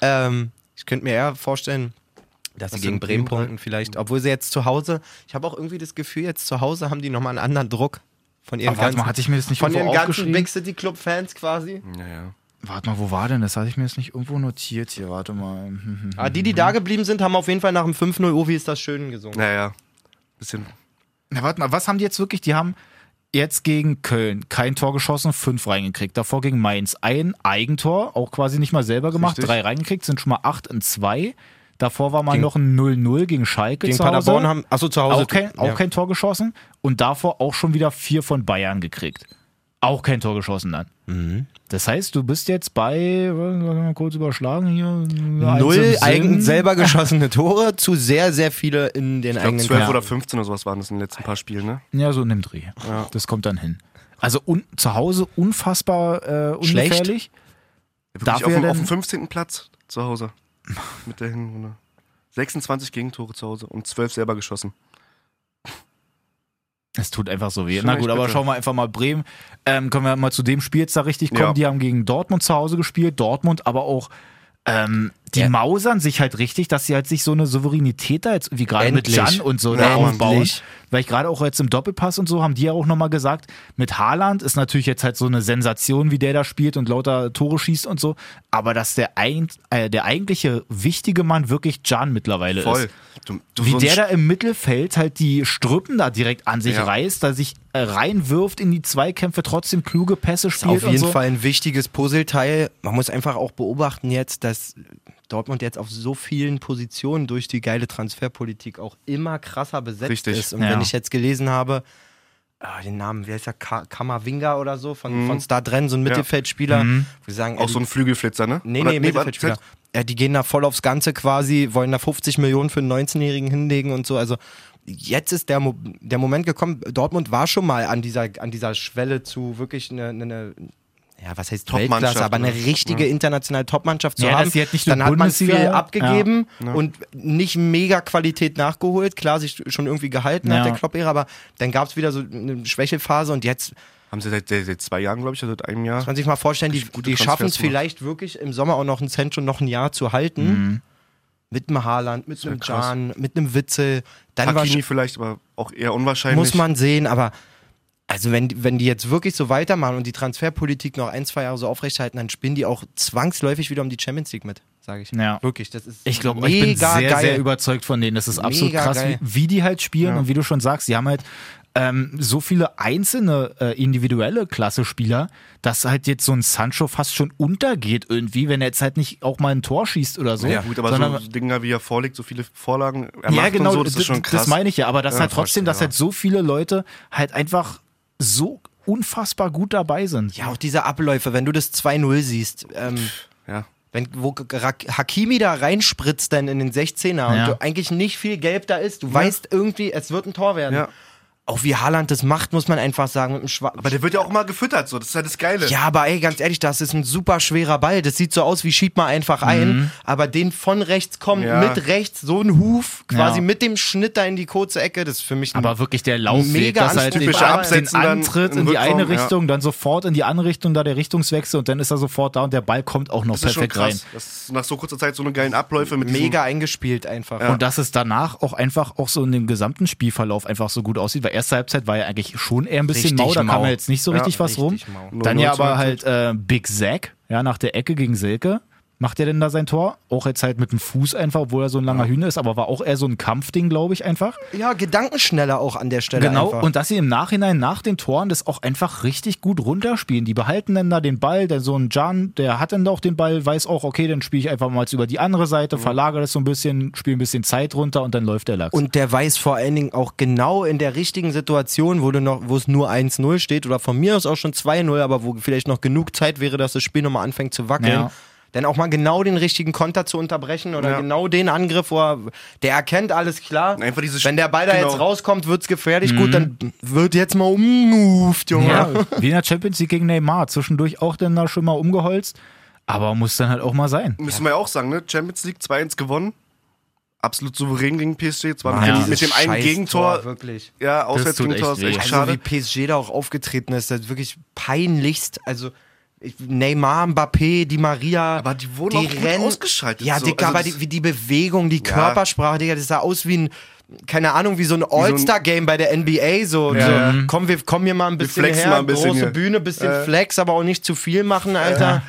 S4: ähm, ich könnte mir eher vorstellen, dass sie
S3: Dass
S4: gegen
S3: sie
S4: Bremen
S3: Bremen halten.
S4: punkten vielleicht. Obwohl sie jetzt zu Hause, ich habe auch irgendwie das Gefühl, jetzt zu Hause haben die nochmal einen anderen Druck von ihren
S1: Aber warte
S4: ganzen,
S1: mal, hatte ich mir das nicht
S4: von ihren
S1: irgendwo
S4: ganzen
S1: aufgeschrieben? Mhm.
S4: Big City Club Fans quasi.
S3: Naja.
S1: Warte mal, wo war denn das? Hatte ich mir jetzt nicht irgendwo notiert hier. Warte mal. Mhm.
S4: Aber Ah, die, die da geblieben sind, haben auf jeden Fall nach dem 5-0, oh, wie ist das schön gesungen.
S3: Naja. Bisschen.
S1: Na, warte mal, was haben die jetzt wirklich? Die haben jetzt gegen Köln kein Tor geschossen, fünf reingekriegt. Davor gegen Mainz ein Eigentor, auch quasi nicht mal selber gemacht,
S3: Richtig.
S1: drei reingekriegt, sind schon mal acht in zwei. Davor war mal
S4: Gegen-
S1: noch ein 0-0 gegen Schalke.
S4: Gegen
S1: zu Hause.
S4: Paderborn haben, achso, zu Hause.
S1: auch, kein, auch
S4: ja.
S1: kein Tor geschossen und davor auch schon wieder vier von Bayern gekriegt. Auch kein Tor geschossen dann.
S4: Mhm.
S1: Das heißt, du bist jetzt bei, warte mal kurz überschlagen hier.
S4: Null eigen,
S1: selber.
S4: selber geschossene Tore zu sehr, sehr viele in den
S3: Ich glaube,
S4: eigenen
S3: 12
S4: Kader.
S3: oder 15 oder sowas waren das in den letzten paar Spielen, ne?
S1: Ja, so in dem Dreh. Das kommt dann hin. Also un zu Hause unfassbar äh,
S4: Schlecht.
S1: ungefährlich.
S3: Wirklich
S1: Darf
S3: auf,
S1: er
S3: dem,
S1: denn-
S3: auf dem 15. Platz zu Hause. Mit der Hinrunde. 26 Gegentore zu Hause und 12 selber geschossen.
S1: Es tut einfach so weh.
S3: Schön,
S1: Na gut,
S3: echt
S1: aber
S3: bitter.
S1: schauen wir einfach mal Bremen. Ähm, können wir mal zu dem Spiel jetzt da richtig kommen.
S3: Ja.
S1: Die haben gegen Dortmund zu Hause gespielt. Dortmund aber auch. Ähm, die
S4: Ja.
S1: mausern sich halt richtig, dass sie halt sich so eine Souveränität da jetzt wie gerade mit
S4: Endlich.
S1: Jan und so da
S3: Ja, Mann.
S1: aufbauen.
S4: Endlich.
S1: Weil ich gerade auch jetzt im Doppelpass und so haben die ja auch nochmal gesagt, mit Haaland ist natürlich jetzt halt so eine Sensation, wie der da spielt und lauter Tore schießt und so. Aber dass der, ein, äh, der eigentliche wichtige Mann wirklich Jan mittlerweile
S3: Voll.
S1: ist.
S3: Du, du,
S1: Wie
S3: so ein
S1: der da im Mittelfeld halt die Strüppen da direkt an sich
S3: Ja.
S1: reißt, da sich äh, reinwirft in die Zweikämpfe, trotzdem kluge Pässe spielt.
S4: Auf jeden
S1: und so.
S4: Fall ein wichtiges Puzzleteil. Man muss einfach auch beobachten jetzt, dass Dortmund jetzt auf so vielen Positionen durch die geile Transferpolitik auch immer krasser besetzt
S3: Richtig,
S4: ist. Und
S1: ja.
S4: wenn ich jetzt gelesen habe, ah, den Namen, wie heißt der, Ka Kammerwinger oder so,
S1: Mhm.
S4: von, von Stadren, so ein Mittelfeldschspieler, wo wir sagen,
S3: auch
S4: ey,
S3: so ein Flügelflitzer, ne?
S4: Nee,
S3: Oder-
S4: nee,
S3: warte,
S4: Mittelfeldspieler. Ja, die gehen da voll aufs Ganze quasi, wollen da 50 Millionen für einen 19-Jährigen hinlegen und so. Also jetzt ist der, Mo der Moment gekommen, Dortmund war schon mal an dieser, an dieser Schwelle zu wirklich eine, eine, eine ja, was heißt
S3: Top-Mannschaft,
S4: Weltklasse, aber eine
S3: ne?
S4: richtige internationale Top-Mannschaft zu
S1: Ja, dass
S4: haben.
S1: sie halt nicht nur
S4: Dann hat man viel
S1: Bundesliga-
S4: abgegeben und nicht mega Qualität nachgeholt. Klar, sich schon irgendwie gehalten
S1: Ja.
S4: hat der Klopp-Ära, aber dann gab es wieder so eine Schwächephase und jetzt
S3: Haben sie seit, seit seit zwei Jahren, glaube ich, oder seit einem
S4: muss
S3: Jahr.
S4: man sich mal vorstellen, die,
S3: Richtig gute
S4: die schaffen es
S3: Transfers gemacht.
S4: vielleicht wirklich im Sommer auch noch einen Cent schon noch ein Jahr zu halten.
S1: Mhm.
S4: Mit einem Haaland, mit einem
S3: krass.
S4: Can, mit einem Witzel. Dann war,
S3: Hakimi vielleicht, aber auch eher unwahrscheinlich.
S4: muss man sehen, aber also wenn, die- wenn die jetzt wirklich so weitermachen und die Transferpolitik noch ein, zwei Jahre so aufrechterhalten, dann spielen die auch zwangsläufig wieder um die die Champions League mit, sage ich.
S1: Ja.
S4: Wirklich, das ist
S1: Ich glaube, ich
S4: mega
S1: bin sehr,
S4: geil.
S1: sehr überzeugt von denen. Das ist absolut
S4: Mega
S1: krass,
S4: geil.
S1: wie, wie die halt spielen und wie du schon sagst, sie haben halt ähm, so viele einzelne äh, individuelle Klasse-Spieler, dass halt jetzt so ein Sancho fast schon untergeht irgendwie, wenn er jetzt halt nicht auch mal ein Tor schießt oder so.
S3: Ja, gut, aber
S1: sondern,
S3: so Dinger, wie er vorlegt, so viele Vorlagen, er macht
S1: ja, genau,
S3: und so, das
S1: d-
S3: ist schon krass.
S1: das meine ich ja, aber das
S3: Ja,
S1: halt trotzdem, dass
S3: vorstellbar.
S1: halt so viele Leute halt einfach so unfassbar gut dabei sind.
S4: Ja, auch diese Abläufe, wenn du das 2-0 siehst, ähm,
S3: ja.
S4: Wenn wo Rak- Hakimi da reinspritzt dann in den 16er
S1: Ja.
S4: und du eigentlich nicht viel Gelb da ist, du weißt irgendwie, es wird ein Tor werden.
S3: Ja.
S4: auch wie Haaland das macht, muss man einfach sagen, mit dem Schwa
S3: Aber der wird ja auch immer gefüttert, so. Das ist ja das Geile.
S4: ja, aber ey, ganz ehrlich, das ist ein super schwerer Ball. Das sieht so aus, wie schiebt man einfach ein, aber den von rechts kommt
S3: Ja.
S4: mit rechts so ein Huf quasi
S1: Ja.
S4: mit dem Schnitt da in die kurze Ecke. Das ist für mich ein
S1: Aber wirklich der Laufweg,
S4: Mega
S1: dass halt den,
S3: typische
S1: den
S3: Absetzen dann
S1: Antritt
S3: im
S1: in die
S3: Rückraum,
S1: eine
S3: ja.
S1: Richtung, dann sofort in die andere Richtung, da der Richtungswechsel und dann ist er sofort da und der Ball kommt auch noch
S3: Das ist schon
S1: perfekt rein.
S3: krass. Das nach so kurzer Zeit so eine geilen Abläufe mit diesem-
S4: mega eingespielt einfach.
S1: Und dass es danach auch einfach auch so in dem gesamten Spielverlauf einfach so gut aussieht, weil erste Halbzeit war ja eigentlich schon eher ein bisschen
S4: Richtig
S1: mau, da kam
S4: mau.
S1: ja jetzt nicht so richtig was
S4: richtig
S1: rum.
S4: mau.
S1: Dann ja
S3: 0-0
S1: aber halt äh, Big Zack, ja, nach der Ecke gegen Silke. Macht er denn da sein Tor? Auch jetzt halt mit dem Fuß einfach, obwohl er so ein langer Hühner ist, aber war auch eher so ein Kampfding, glaube ich, einfach.
S4: Ja, gedankenschneller auch an der Stelle.
S1: Genau,
S4: einfach.
S1: und dass sie im Nachhinein nach den Toren das auch einfach richtig gut runterspielen. Die behalten dann da den Ball, der so ein Jan, der hat dann doch den Ball, weiß auch, okay, dann spiele ich einfach mal jetzt über die andere Seite,
S4: Mhm.
S1: verlagere das so ein bisschen, spiele ein bisschen Zeit runter und dann läuft der Lachs.
S4: Und der weiß vor allen Dingen auch genau in der richtigen Situation, wo, du noch, wo es nur 1-0 steht oder von mir aus auch schon 2-0, aber wo vielleicht noch genug Zeit wäre, dass das Spiel nochmal anfängt zu wackeln.
S1: Ja.
S4: Dann auch mal genau den richtigen Konter zu unterbrechen oder
S3: Ja.
S4: genau den Angriff, wo er, der erkennt alles klar.
S3: Einfach dieses
S4: Wenn der Ball da
S3: genau.
S4: jetzt rauskommt, wird's gefährlich. Gut, dann wird jetzt mal ummoved, Junge.
S1: Mhm. ja, wie in der Champions League gegen Neymar, zwischendurch auch dann da schon mal umgeholzt, aber muss dann halt auch mal sein.
S3: Müssen wir ja auch sagen, ne? Champions League 2-1 gewonnen. Absolut souverän gegen PSG. Zwar mit,
S1: Ja.
S3: dem, mit dem einen
S4: Scheiß Tor,
S3: Gegentor.
S4: wirklich.
S3: Ja,
S1: tut echt
S3: Auswärtsgegentor ist echt
S1: weh.
S4: Also
S3: schade.
S4: wie PSG da auch aufgetreten ist, das ist wirklich peinlichst. Also ich, Neymar, Mbappé, Di Maria.
S3: Aber die wurden auch gut ausgeschaltet,
S4: Ja,
S3: so.
S4: Dicker,
S3: Also
S4: aber die,
S3: das-
S4: wie die Bewegung, die Körpersprache, Digga, das sah aus wie ein, keine Ahnung, wie so ein All-Star-Game bei der NBA. So,
S3: Ja.
S4: so komm, wir kommen hier mal ein bisschen
S3: flexen
S4: her,
S3: mal ein bisschen
S4: große
S3: hier.
S4: Bühne, bisschen Flex, aber auch nicht zu viel machen, Alter.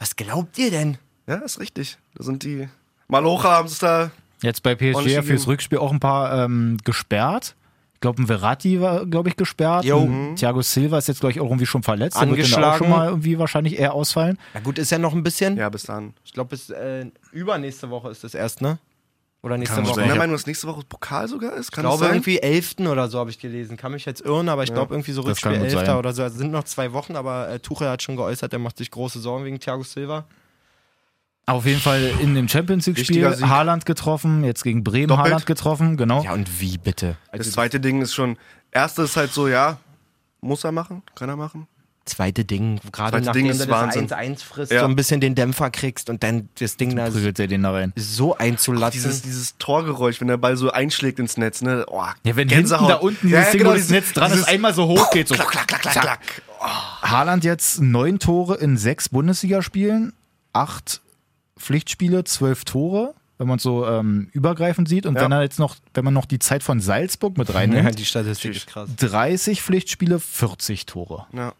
S4: Was glaubt ihr denn?
S3: ja, ist richtig. Da sind die Malocha haben es da.
S1: Jetzt bei PSG
S3: Ordentlich
S1: ja fürs
S3: gegeben.
S1: Rückspiel auch ein paar ähm, gesperrt. Ich glaube, ein Verratti war, glaube ich, gesperrt.
S4: Jo.
S3: Mhm.
S1: Ein Thiago Silva ist jetzt, glaube ich, auch irgendwie schon verletzt. Der wird dann auch schon
S4: Angeschlagen.
S1: mal irgendwie wahrscheinlich eher ausfallen.
S4: Na gut, ist ja noch ein bisschen.
S3: Ja, bis dann.
S4: Ich glaube, bis äh, übernächste Woche ist das erst, ne? Oder nächste
S1: Kann
S4: Woche.
S3: Ich bin
S1: Ja.
S3: der Meinung, dass nächste Woche Pokal sogar ist. Kann
S4: Ich glaube,
S3: das sein?
S4: irgendwie 11. oder so habe ich gelesen. Kann mich jetzt irren, aber ich glaube, irgendwie so
S1: Das
S4: Rückspiel
S1: kann gut
S4: 11.
S1: sein.
S4: oder so. Also sind noch zwei Wochen, aber äh, Tuchel hat schon geäußert, er macht sich große Sorgen wegen Thiago Silva.
S1: Auf jeden Fall in dem Champions
S3: Wichtiger
S1: League-Spiel
S3: Sieg.
S1: Haaland getroffen, jetzt gegen Bremen
S3: Doppelt.
S1: Haaland getroffen, genau.
S4: und wie bitte?
S3: Das zweite Ding ist schon. Erste ist halt so, ja, muss er machen, kann er machen.
S4: Zweite Ding, gerade
S3: Zweite
S4: nachdem
S3: Ding ist
S4: du das
S3: Wahnsinn.
S4: 1-1 frisst,
S3: Ja.
S4: so ein bisschen den Dämpfer kriegst und dann das Ding da
S1: Prügelt er den da rein.
S4: so einzulassen.
S3: Dieses, dieses Torgeräusch, wenn der Ball so einschlägt ins Netz, ne? Oh,
S1: Ja, wenn
S3: Gänsehaut.
S1: hinten da unten dieses
S3: ja,
S1: Ding,
S3: genau,
S1: wo das
S3: dieses-
S1: Netz dran ist,
S3: dieses-
S1: einmal so hoch geht. So.
S3: Klack, klack, klack, klack, klack.
S1: Haaland jetzt neun Tore in sechs Bundesligaspielen, acht Pflichtspiele, zwölf Tore, wenn man es so ähm, übergreifend sieht. Und
S3: Ja.
S1: wenn er jetzt noch, wenn man noch die Zeit von Salzburg mit
S4: ja,
S1: reinnimmt,
S4: die Statistik ist krass.
S1: 30 Pflichtspiele, 40 Tore.
S3: Ja.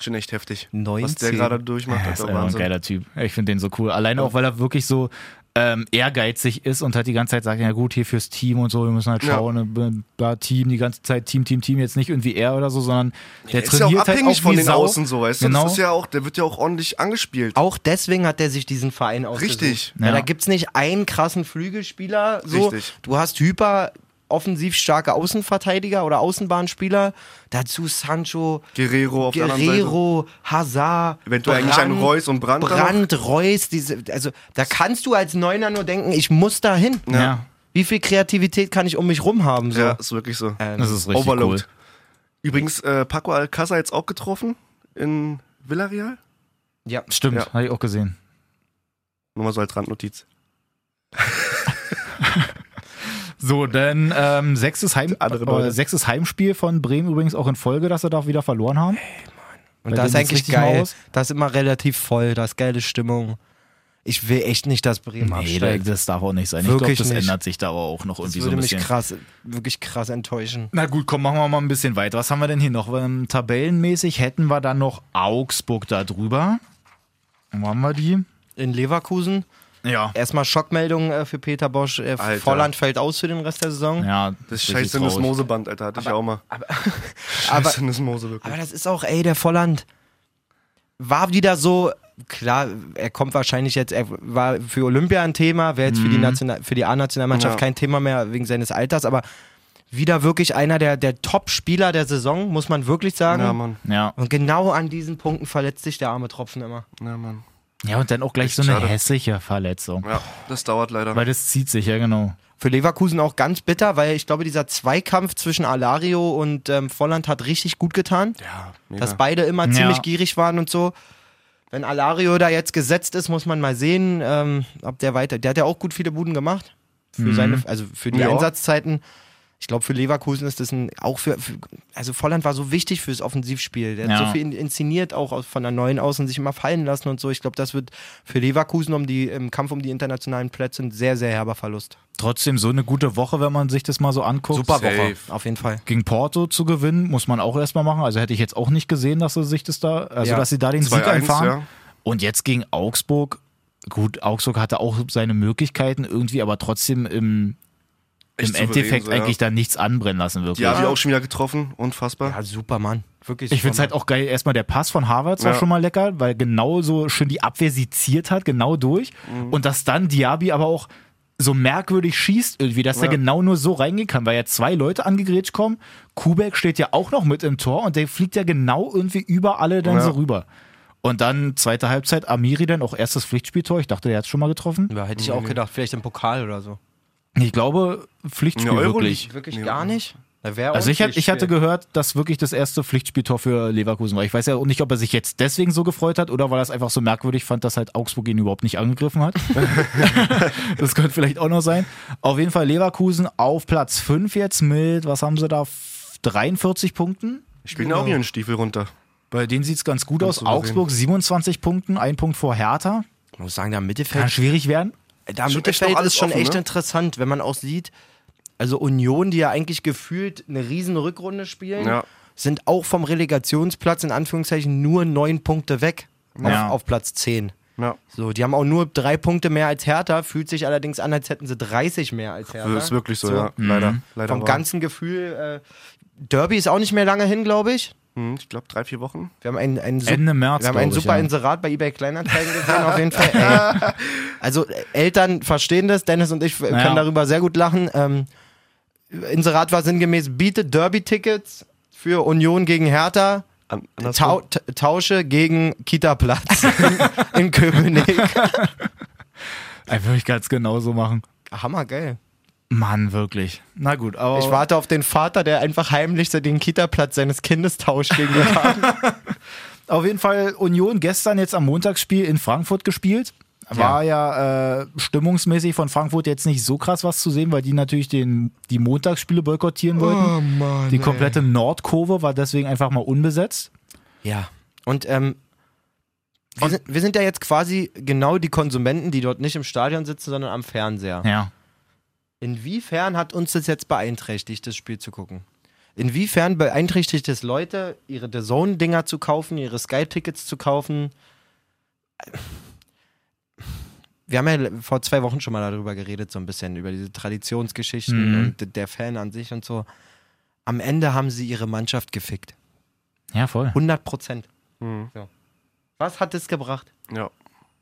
S3: Schon echt heftig. Was
S4: 19.
S3: der gerade durchmacht,
S1: Er ist
S3: das ist auch
S1: einfach ein
S3: Wahnsinn.
S1: geiler Typ. Ich finde den so cool. Alleine auch, weil er wirklich so ähm, ehrgeizig ist und halt die ganze Zeit sagt, ja gut, hier fürs Team und so, wir müssen halt
S3: Ja.
S1: schauen, ja. bla, Team, die ganze Zeit Team, Team, Team, jetzt nicht irgendwie er oder so, sondern der
S3: ist ja
S1: trainiert
S3: auch
S1: halt
S3: abhängig
S1: auch
S3: von
S1: wie
S3: den
S1: Sau.
S3: Außen so, weißt du?
S1: Genau.
S3: Das ist ja auch, der wird ja auch ordentlich angespielt.
S4: Auch deswegen hat er sich diesen Verein ausgesucht.
S3: Richtig.
S4: Weil
S1: Ja.
S4: Da gibt's nicht einen krassen Flügelspieler. So.
S3: Richtig.
S4: Du hast hyper offensiv starke Außenverteidiger oder Außenbahnspieler. Dazu Sancho,
S3: Guerrero auf der anderen Seite.
S4: Guerrero, Hazard.
S3: Eventuell eigentlich an Reus und Brandt dann noch.
S4: Brandt, Reus. Diese, also da kannst du als Neuner nur denken, ich muss da hin.
S1: Ja.
S4: Wie viel Kreativität kann ich um mich rum haben? So?
S3: Ja, ist wirklich so.
S4: Ähm,
S1: das ist richtig
S3: Overload.
S1: cool.
S3: Übrigens, äh, Paco Alcázar jetzt auch getroffen in Villarreal.
S4: ja.
S1: Stimmt,
S3: Ja.
S1: habe ich auch gesehen.
S3: Nochmal so als Randnotiz.
S1: So, dann ähm, sechstes, Heim,
S3: Andere
S1: äh,
S3: Leute.
S1: sechstes Heimspiel von Bremen übrigens auch in Folge, dass sie da wieder verloren haben.
S4: Und
S1: Bei
S4: das
S1: denen
S4: ist
S1: sieht's
S4: eigentlich
S1: richtig mal
S4: geil.
S1: aus.
S4: Das ist immer relativ voll, das ist geile Stimmung. Ich will echt nicht, dass Bremen absteigt.
S1: das darf auch nicht sein. ich
S4: Wirklich
S1: glaube, das
S4: nicht.
S1: ändert sich da aber auch noch
S4: Das
S1: irgendwie
S4: würde
S1: so ein
S4: mich
S1: bisschen.
S4: krass, wirklich krass enttäuschen.
S1: Na gut, komm, machen wir mal ein bisschen weiter. Was haben wir denn hier noch? Ähm, tabellenmäßig hätten wir dann noch Augsburg da drüber. Wo haben wir die?
S4: In Leverkusen.
S1: Ja.
S4: Erstmal Schockmeldung äh, für Peter Bosch. Äh,
S3: Alter.
S4: Volland fällt aus für den Rest der Saison.
S1: Ja,
S3: Das
S1: ist
S3: scheiß
S1: richtig traurig.
S3: Syndesmoseband, Alter, hatte ich ja auch mal.
S4: aber-
S3: Scheiß Syndesmose, wirklich.
S4: Aber das ist auch, ey, der Volland war wieder so. Klar, er kommt wahrscheinlich jetzt, er war für Olympia ein Thema, wäre jetzt für die, National, für die A-Nationalmannschaft
S3: Mhm. Ja.
S4: kein Thema mehr wegen seines Alters, aber wieder wirklich einer der, der Top-Spieler der Saison, muss man wirklich sagen.
S3: Ja, Mann.
S1: Ja.
S4: Und genau an diesen Punkten verletzt sich der arme Tropfen immer.
S3: Ja, Mann.
S1: ja, und dann auch gleich so eine
S3: schade.
S1: hässliche Verletzung.
S3: Ja, das dauert leider.
S1: Weil das zieht sich, ja genau.
S4: Für Leverkusen auch ganz bitter, weil ich glaube, dieser Zweikampf zwischen Alario und ähm, Volland hat richtig gut getan.
S3: Ja, mega.
S4: Dass beide immer ziemlich
S1: Ja.
S4: gierig waren und so. Wenn Alario da jetzt gesetzt ist, muss man mal sehen, ähm, ob der weiter. Der hat ja auch gut viele Buden gemacht. Für
S1: Mhm.
S4: seine, also für die
S3: Ja.
S4: Einsatzzeiten. Ich glaube, für Leverkusen ist das ein, auch für, für, also Volland war so wichtig fürs Offensivspiel. Der hat
S1: Ja.
S4: so viel in- inszeniert, auch aus, von der neuen Außen sich immer fallen lassen und so. Ich glaube, das wird für Leverkusen um die, im Kampf um die internationalen Plätze ein sehr, sehr herber Verlust.
S1: Trotzdem so eine gute Woche, wenn man sich das mal so anguckt.
S4: Super Woche,
S3: safe.
S4: auf jeden Fall.
S1: Gegen Porto zu gewinnen, muss man auch erstmal machen. Also hätte ich jetzt auch nicht gesehen, dass sie sich das da, also
S4: Ja.
S1: dass sie da den Sieg
S3: 2-1,
S1: einfahren.
S3: ja.
S1: Und jetzt gegen Augsburg. Gut, Augsburg hatte auch seine Möglichkeiten irgendwie, aber trotzdem im, im
S3: Echt souverän,
S1: Endeffekt
S3: so, ja.
S1: eigentlich da nichts anbrennen lassen, wirklich.
S3: Die habe ich auch schon wieder getroffen. Unfassbar.
S4: Ja, super, Mann. Wirklich
S1: Ich finde es
S4: super,
S1: halt auch geil, erstmal der Pass von Harvards war
S3: Ja.
S1: schon mal lecker, weil genau so schön die Abwehr seziert hat, genau durch.
S3: Mhm.
S1: Und dass dann Diaby aber auch so merkwürdig schießt irgendwie, dass er
S3: Ja.
S1: genau nur so reingehen kann, weil ja zwei Leute angegrätscht kommen. Kubek steht ja auch noch mit im Tor und der fliegt ja genau irgendwie über alle dann
S3: Ja.
S1: so rüber. Und dann zweite Halbzeit, Amiri dann auch erstes Pflichtspieltor. Ich dachte, der hat schon mal getroffen.
S4: Ja, hätte ich auch gedacht, vielleicht im Pokal oder so.
S1: Ich glaube, Pflichtspiel
S3: In der Euroleague.
S1: wirklich.
S4: Wirklich
S3: Ja.
S4: gar nicht? Da wär
S1: Also ich,
S4: auch ein
S1: hat, ich hatte
S4: Spiel.
S1: gehört, dass wirklich das erste Pflichtspieltor für Leverkusen war. Ich weiß ja auch nicht, ob er sich jetzt deswegen so gefreut hat oder weil er es einfach so merkwürdig fand, dass halt Augsburg ihn überhaupt nicht angegriffen hat. das könnte vielleicht auch noch sein. Auf jeden Fall Leverkusen auf Platz 5 jetzt mit, was haben sie da, 43 Punkten?
S3: Ich bin auch ihren Stiefel runter.
S1: Bei denen sieht es ganz gut aus.
S3: so gesehen.
S1: Augsburg 27 Punkten, ein Punkt vor Hertha.
S4: Ich muss sagen, da im
S1: Kann
S4: Mittelfeld,
S1: schwierig werden.
S4: da im
S3: schon echt
S4: Mittelfeld
S3: noch alles
S4: ist schon
S3: offen,
S4: echt
S3: ne?
S4: interessant, wenn man auch sieht, also Union, die ja eigentlich gefühlt eine riesen Rückrunde spielen,
S1: Mhm.
S3: Ja.
S4: sind auch vom Relegationsplatz in Anführungszeichen nur neun Punkte weg
S1: Ja.
S4: auf, auf Platz 10.
S3: Ja.
S4: So, die haben auch nur drei Punkte mehr als Hertha, fühlt sich allerdings an, als hätten sie 30 mehr als Hertha.
S3: Das ist wirklich so, ja. Leider. Leider
S4: Vom
S3: wahr.
S4: ganzen Gefühl, äh, Derby ist auch nicht mehr lange hin, glaube ich.
S3: Hm, ich glaube, drei, vier Wochen.
S4: Wir haben ein, ein Sup-
S1: Ende März,
S4: Wir haben ein
S1: glaub ich,
S4: super
S1: ja.
S4: Inserat bei eBay Kleinanzeigen gesehen, auf jeden Fall. Ey. Also äh, Eltern verstehen das, Dennis und ich äh,
S1: Naja.
S4: können darüber sehr gut lachen. Ähm, Inserat war sinngemäß, bietet Derby-Tickets für Union gegen Hertha,
S3: An,
S4: tau t- tausche gegen Kita-Platz in Köpenick.
S1: Ey, Würde ich ganz genauso machen.
S4: Hammergeil.
S1: Mann, wirklich. Na gut, aber.
S4: Ich warte auf den Vater, der einfach heimlich so den Kita-Platz seines Kindes tauscht gegen die Karten.
S1: Auf jeden Fall Union gestern jetzt am Montagsspiel in Frankfurt gespielt. War ja, äh, stimmungsmäßig von Frankfurt jetzt nicht so krass was zu sehen, weil die natürlich den, die Montagsspiele boykottieren wollten.
S4: Mann,
S1: die komplette Nordkurve war deswegen einfach mal unbesetzt.
S4: Ja. Und ähm, wir, sind, wir sind ja jetzt quasi genau die Konsumenten, die dort nicht im Stadion sitzen, sondern am Fernseher.
S1: Ja.
S4: Inwiefern hat uns das jetzt beeinträchtigt, das Spiel zu gucken? Inwiefern beeinträchtigt es Leute, ihre The Zone-Dinger zu kaufen, ihre Sky-Tickets zu kaufen? Wir haben ja vor zwei Wochen schon mal darüber geredet, so ein bisschen, über diese Traditionsgeschichten
S1: Mhm.
S4: und der Fan an sich und so. Am Ende haben sie ihre Mannschaft gefickt.
S1: Ja, voll.
S4: 100 Prozent.
S3: Mhm.
S4: So. Was hat es gebracht?
S3: Ja.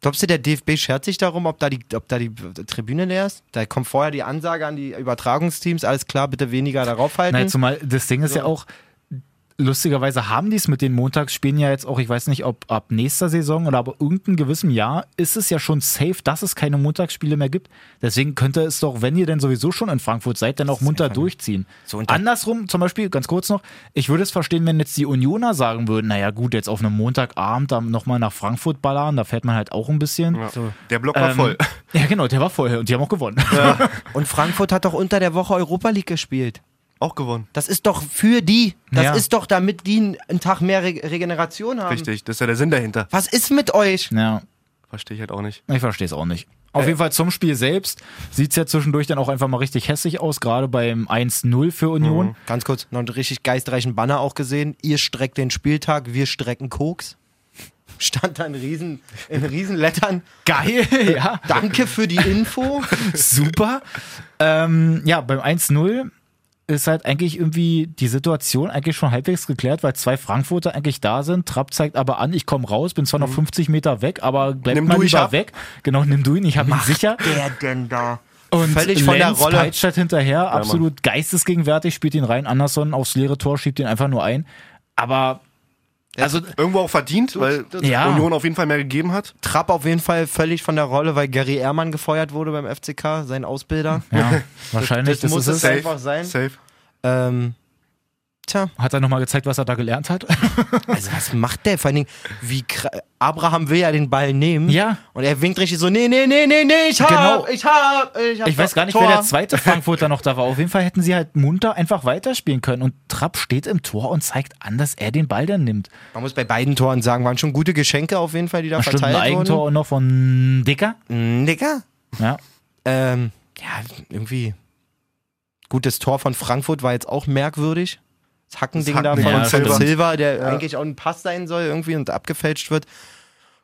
S4: Glaubst du, der DFB schert sich darum, ob da, die, ob da die Tribüne leer ist? Da kommt vorher die Ansage an die Übertragungsteams, alles klar, bitte weniger darauf halten.
S1: Naja, zumal das Ding ist ja
S4: So.
S1: auch, lustigerweise haben die es mit den Montagsspielen ja jetzt auch, ich weiß nicht, ob ab nächster Saison oder ab irgendeinem gewissen Jahr ist es ja schon safe, dass es keine Montagsspiele mehr gibt. Deswegen könnte es doch, wenn ihr denn sowieso schon in Frankfurt seid, dann auch munter durchziehen.
S4: So, und dann-
S1: Andersrum, zum Beispiel, ganz kurz noch, ich würde es verstehen, wenn jetzt die Unioner sagen würden, naja gut, jetzt auf einem Montagabend dann nochmal nach Frankfurt ballern, da fährt man halt auch ein bisschen.
S3: ja. Der Block war
S1: Ähm,
S3: voll.
S1: Ja, genau, der war vorher und die haben auch gewonnen.
S4: Und Frankfurt hat doch unter der Woche Europa League gespielt.
S3: Auch gewonnen.
S4: Das ist doch für die. Das
S1: Ja.
S4: ist doch, damit die einen Tag mehr Re Regeneration haben.
S3: Richtig. Das ist ja der Sinn dahinter.
S4: Was ist mit euch?
S1: Ja.
S3: Verstehe ich halt auch nicht.
S1: Ich verstehe es auch nicht. Auf jeden Fall zum Spiel selbst sieht es ja zwischendurch dann auch einfach mal richtig hässlich aus, gerade beim 1-0 für Union.
S4: Ganz kurz, noch einen richtig geistreichen Banner auch gesehen. Ihr streckt den Spieltag, wir strecken Koks. Stand da in, Riesen, in Riesenlettern.
S1: Geil, ja,
S4: Danke für die Info.
S1: super. ähm, ja, beim 1-0 ist halt eigentlich irgendwie die Situation eigentlich schon halbwegs geklärt, weil zwei Frankfurter eigentlich da sind. Trapp zeigt aber an, ich komme raus, bin zwar noch 50 Meter weg, aber bleib
S3: Nimm
S1: mal
S3: du, ich
S1: lieber
S3: hab-
S1: weg. Genau, nimm du ihn, ich habe ihn sicher.
S4: Wer denn da?
S1: Und
S4: Völlig von der
S1: Lenz
S4: Rolle.
S1: peitscht halt hinterher, absolut geistesgegenwärtig, spielt ihn rein. Anderson aufs leere Tor, schiebt ihn einfach nur ein. Aber Also
S3: Irgendwo auch verdient, weil
S1: Ja.
S3: Union auf jeden Fall mehr gegeben hat.
S4: Trapp auf jeden Fall völlig von der Rolle, weil Gary Ehrmann gefeuert wurde beim FCK, sein Ausbilder.
S1: ja, wahrscheinlich,
S4: das
S1: das,
S4: muss
S1: ist es.
S4: es- einfach sein.
S3: Safe.
S4: Ähm, tja,
S1: Hat er nochmal gezeigt, was er da gelernt hat?
S4: also was macht der? Vor allen Dingen, wie kr- Abraham will ja den Ball nehmen.
S1: Ja.
S4: Und er winkt richtig so, nee, nee, nee, nee, nee, ich hab,
S1: Genau.
S4: ich hab, ich hab.
S1: Ich weiß gar nicht,
S4: Tor.
S1: wer der zweite Frankfurter noch da war. Auf jeden Fall hätten sie halt munter einfach weiterspielen können. Und Trapp steht im Tor und zeigt an, dass er den Ball dann nimmt.
S4: Man muss bei beiden Toren sagen, waren schon gute Geschenke auf jeden Fall, die da
S1: Stimmt, ein
S4: verteilt
S1: Eigentor
S4: wurden.
S1: auch noch von Dicker.
S4: Mm, Digga.
S1: Ja.
S4: Ähm, ja, irgendwie. Gutes Tor von Frankfurt war jetzt auch merkwürdig. Das Hackending
S3: Das
S4: da
S3: Hacken-
S4: von,
S1: Ja,
S4: von
S1: stimmt.
S4: Silva, der eigentlich auch ein Pass sein soll irgendwie und abgefälscht wird.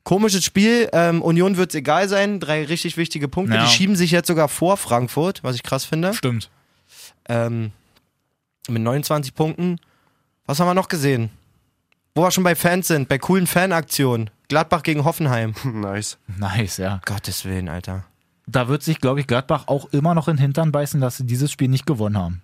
S4: Komisches Spiel. Ähm, Union wird es egal sein. Drei richtig wichtige Punkte.
S1: Ja.
S4: Die schieben sich jetzt sogar vor Frankfurt, was ich krass finde.
S1: Stimmt.
S4: Ähm, mit 29 Punkten. Was haben wir noch gesehen? Wo wir schon bei Fans sind, bei coolen Fanaktionen. Gladbach gegen Hoffenheim.
S3: Nice.
S1: Nice, ja.
S4: Gottes Willen, Alter.
S1: Da wird sich, glaube ich, Gladbach auch immer noch in den Hintern beißen, dass sie dieses Spiel nicht gewonnen haben.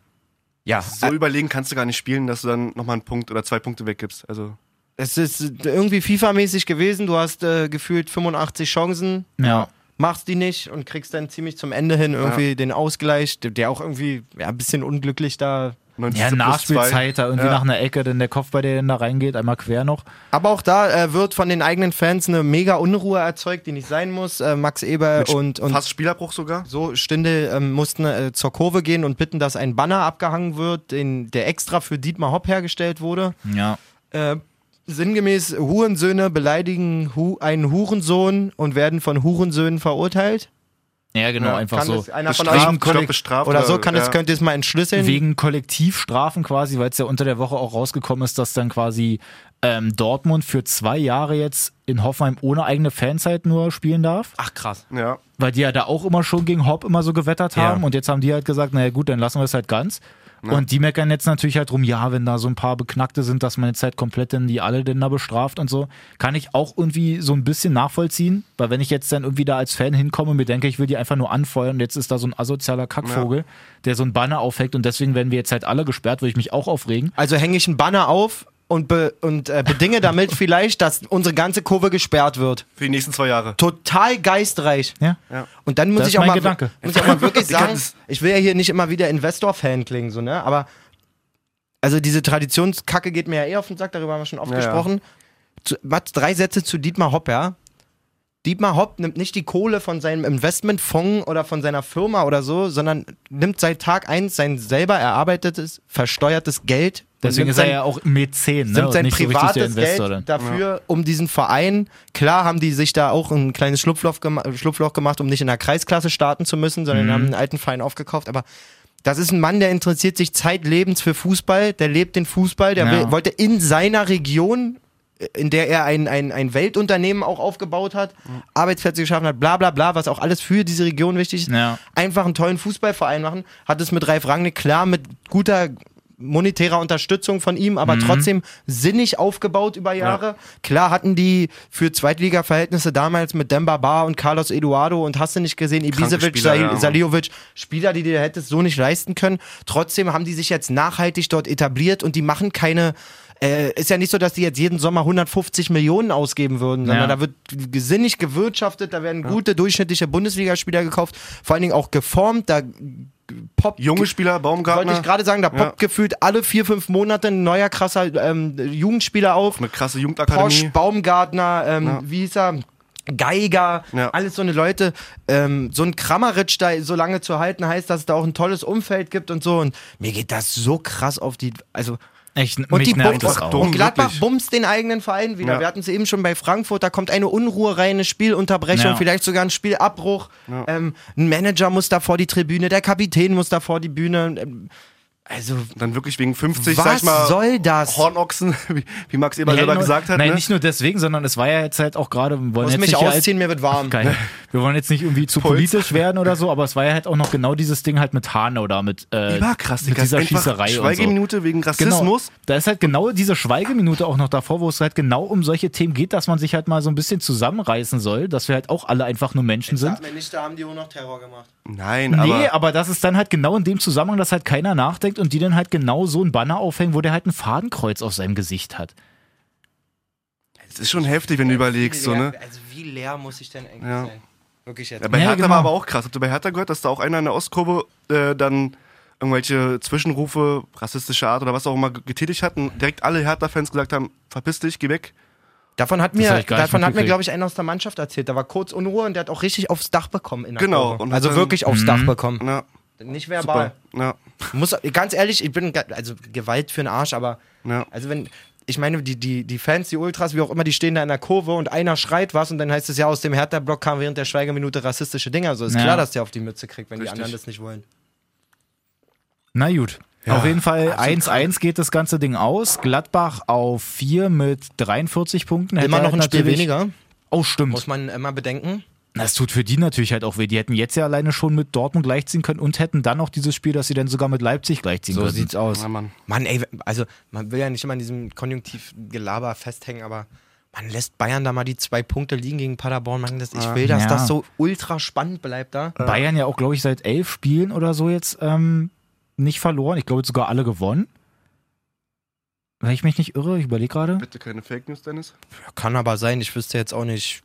S4: Ja,
S3: So überlegen kannst du gar nicht spielen, dass du dann nochmal einen Punkt oder zwei Punkte weggibst. Also
S4: Es ist äh, irgendwie FIFA-mäßig gewesen. Du hast äh, gefühlt 85 Chancen,
S1: Ja.
S4: machst die nicht und kriegst dann ziemlich zum Ende hin irgendwie den Ausgleich, der- der auch irgendwie ja, ein bisschen unglücklich da.
S3: 90
S1: Ja,
S3: plus zwei.
S1: Nachspielzeit, da irgendwie
S3: Ja.
S1: nach einer Ecke, denn der Kopf bei denen da reingeht, einmal quer noch.
S4: Aber auch da äh, wird von den eigenen Fans eine mega Unruhe erzeugt, die nicht sein muss. Äh, Max Eber und, und
S3: Fast Spielerbruch sogar.
S4: so Stindel ähm, mussten äh, zur Kurve gehen und bitten, dass ein Banner abgehangen wird, den, der extra für Dietmar Hopp hergestellt wurde.
S1: Ja.
S4: Äh, sinngemäß Hurensöhne beleidigen Hu einen Hurensohn und werden von Hurensöhnen verurteilt.
S1: Ja, genau,
S3: Ja,
S1: einfach
S4: kann
S1: so.
S4: das einer von
S1: Wegen
S4: euch-
S3: Bestraft, ich
S1: Kollek-
S3: glaub, bestraft.
S4: Oder so kann
S3: ja.
S4: es, könnt ihr es mal entschlüsseln.
S1: Wegen Kollektivstrafen quasi, weil es ja unter der Woche auch rausgekommen ist, dass dann quasi ähm, Dortmund für zwei Jahre jetzt in Hoffenheim ohne eigene Fanzeit nur spielen darf,
S4: Ach krass.
S3: Ja.
S1: weil die ja da auch immer schon gegen Hopp immer so gewettert
S4: Ja.
S1: haben und jetzt haben die halt gesagt, naja gut, dann lassen wir es halt ganz. Und die meckern jetzt natürlich halt rum, ja, wenn da so ein paar Beknackte sind, dass man jetzt halt komplett denn die alle denn da bestraft und so, kann ich auch irgendwie so ein bisschen nachvollziehen, weil wenn ich jetzt dann irgendwie da als Fan hinkomme und mir denke, ich will die einfach nur anfeuern und jetzt ist da so ein asozialer Kackvogel, der so ein Banner aufhängt und deswegen werden wir jetzt halt alle gesperrt, würde ich mich auch aufregen.
S4: Also hänge ich einen Banner auf und, be und äh, bedinge damit vielleicht, dass unsere ganze Kurve gesperrt wird.
S3: Für die nächsten zwei Jahre.
S4: Total geistreich.
S1: Ja.
S4: Und dann muss
S1: Das
S4: ich
S1: ist
S4: auch
S1: mein
S4: mal,
S1: Gedanke.
S4: muss ich auch mal wirklich
S3: Ich kann
S4: sagen,
S3: es-
S4: ich will ja hier nicht immer wieder Investor-Fan klingen, so, ne? Aber also diese Traditionskacke geht mir ja eh auf den Sack, darüber haben wir schon oft
S3: Ja, ja.
S4: gesprochen. Zu, Mats, drei Sätze zu Dietmar Hopp, ja. Dietmar Hopp nimmt nicht die Kohle von seinem Investmentfonds oder von seiner Firma oder so, sondern nimmt seit Tag eins sein selber erarbeitetes, versteuertes Geld. und
S1: Deswegen
S4: nimmt
S1: ist er
S4: sein-
S1: ja auch Mäzen, ne?
S4: nimmt
S1: und
S4: sein
S1: nicht so richtig der
S4: privates
S1: Investor dann.
S4: Geld dafür, um diesen Verein. Klar haben die sich da auch ein kleines Schlupfloch, gema Schlupfloch gemacht, um nicht in der Kreisklasse starten zu müssen, sondern
S1: Mhm.
S4: haben einen alten Verein aufgekauft. Aber das ist ein Mann, der interessiert sich zeitlebens für Fußball, der lebt den Fußball, der
S1: Ja.
S4: will, wollte in seiner Region, äh, in der er ein, ein, ein Weltunternehmen auch aufgebaut hat, Arbeitsplätze geschaffen hat, bla bla bla, was auch alles für diese Region wichtig ist,
S1: Ja.
S4: einfach einen tollen Fußballverein machen. Hat es mit Ralf Rangnick klar mit guter monetärer Unterstützung von ihm,
S3: Mhm.
S4: aber trotzdem sinnig aufgebaut über Jahre. Klar hatten die für Zweitliga-Verhältnisse damals mit Demba Bar und Carlos Eduardo und hast du nicht gesehen, Ibisevic,
S3: Spieler,
S4: Sali-
S3: ja.
S4: Saliovic, Spieler, die dir hättest so nicht leisten können. Trotzdem haben die sich jetzt nachhaltig dort etabliert und die machen keine äh, ist ja nicht so, dass die jetzt jeden Sommer 150 Millionen ausgeben würden, sondern
S1: Ja.
S4: da wird gesinnig gewirtschaftet, da werden gute durchschnittliche Bundesligaspieler gekauft, vor allen Dingen auch geformt, da poppt
S3: Junge Spieler,
S4: wollte
S3: Baumgartner.
S4: ich gerade sagen, da poppt
S3: Ja.
S4: gefühlt alle vier, fünf Monate ein neuer krasser ähm, Jugendspieler auf.
S3: eine krasse
S4: Posch,
S3: Jugendakademie.
S4: Baumgartner, ähm, wie hieß er? Geiger,
S3: Ja.
S4: alles so eine Leute. Ähm, so ein Krammeritsch da so lange zu halten, heißt, dass es da auch ein tolles Umfeld gibt und so. Und mir geht das so krass auf die. Also,
S1: Echt,
S4: und
S1: mich
S4: die
S1: nervt
S4: bumst,
S1: das
S3: Ach,
S1: auch.
S3: dumm.
S4: und Gladbach
S3: wirklich.
S4: bumst den eigenen Verein wieder.
S3: Ja.
S4: Wir hatten es eben schon bei Frankfurt, da kommt eine Unruhe rein, eine Spielunterbrechung,
S1: Ja.
S4: vielleicht sogar ein Spielabbruch. Ähm, ein Manager muss da vor die Tribüne, der Kapitän muss da vor die Bühne. Ähm, Also,
S3: Dann wirklich wegen 50, sag
S4: was
S3: ich mal,
S4: soll das?
S3: Hornochsen, wie, wie Max Eber selber
S1: nur,
S3: gesagt hat.
S1: nein,
S3: ne?
S1: nicht nur deswegen, sondern es war ja jetzt halt auch gerade, wir wollen
S4: muss
S1: jetzt
S4: mich
S1: nicht hier
S4: ausziehen, mir wird warm.
S1: Als, geil. Wir wollen jetzt nicht irgendwie zu
S3: Puls.
S1: politisch werden oder so, aber es war ja halt auch noch genau dieses Ding halt mit Hanau da, mit, äh,
S3: Überkrass,
S1: mit
S3: Digga.
S1: dieser
S3: Einfach
S1: Schießerei und so.
S3: Schweigeminute wegen
S1: Genau.
S3: Rassismus.
S1: Da ist halt genau diese Schweigeminute auch noch davor, wo es halt genau um solche Themen geht, dass man sich halt mal so ein bisschen zusammenreißen soll, dass wir halt auch alle einfach nur Menschen sind.
S4: mir nicht, da haben die auch noch Terror gemacht.
S3: Nein,
S1: nee,
S3: aber,
S1: aber das ist dann halt genau in dem Zusammenhang, dass halt keiner nachdenkt und die dann halt genau so einen Banner aufhängen, wo der halt ein Fadenkreuz auf seinem Gesicht hat.
S3: Das ist schon heftig, wenn du überlegst, so, ne?
S4: Also wie leer muss ich denn eigentlich
S3: Ja.
S4: sein? Wirklich jetzt.
S3: Ja, bei
S1: Ja,
S3: Hertha
S1: genau.
S3: war aber auch krass. Habt ihr bei Hertha gehört, dass da auch einer in der Ostkurve äh, dann irgendwelche Zwischenrufe rassistischer Art oder was auch immer ge- getätigt hat und direkt alle Hertha-Fans gesagt haben, verpiss dich, geh weg.
S4: Davon hat
S1: hab
S4: mir,
S1: ich gar nicht
S4: davon hat mir,
S1: mitgekriegt.
S4: glaube ich, einer aus der Mannschaft erzählt. Da war kurz Unruhe und der hat auch richtig aufs Dach bekommen. In der
S3: Genau,
S4: Kurve.
S3: und
S4: also
S3: dann-
S4: wirklich aufs Dach bekommen.
S3: Ja,
S4: Nicht
S3: super.
S4: verbal.
S3: Ja,
S4: Muss, ganz ehrlich, ich bin, ge- also Gewalt für den Arsch, aber
S3: ja.
S4: Also wenn, ich meine, die, die, die Fans, die Ultras, wie auch immer, die stehen da in der Kurve und einer schreit was und dann heißt es ja, aus dem Hertha-Block kamen während der Schweigeminute rassistische Dinger. Also ist
S1: Ja.
S4: klar, dass der auf die Mütze kriegt, wenn
S3: Richtig.
S4: die anderen das nicht wollen.
S1: Na gut. auf jeden Fall
S4: absolut.
S1: 1-1 geht das ganze Ding aus. Gladbach auf 4 mit 43 Punkten. Hätte
S4: Immer noch ein
S1: halt
S4: Spiel
S1: natürlich-
S4: weniger,
S1: Oh, stimmt.
S4: muss man immer bedenken.
S1: Das tut für die natürlich halt auch weh. Die hätten jetzt ja alleine schon mit Dortmund gleichziehen können und hätten dann noch dieses Spiel, dass sie dann sogar mit Leipzig gleichziehen können.
S4: aus.
S3: Ja, Mann.
S4: Mann, ey, also man will ja nicht immer an diesem Konjunktivgelaber festhängen, aber man lässt Bayern da mal die zwei Punkte liegen gegen Paderborn. Mann, das, ich will, dass
S1: Ja.
S4: das so ultra spannend bleibt da.
S1: Bayern ja auch, glaube ich, seit elf Spielen oder so jetzt ähm, nicht verloren. Ich glaube, jetzt sogar alle gewonnen. Wenn ich mich nicht irre, ich überlege gerade.
S3: Bitte keine Fake News, Dennis.
S4: Kann aber sein, ich wüsste jetzt auch nicht.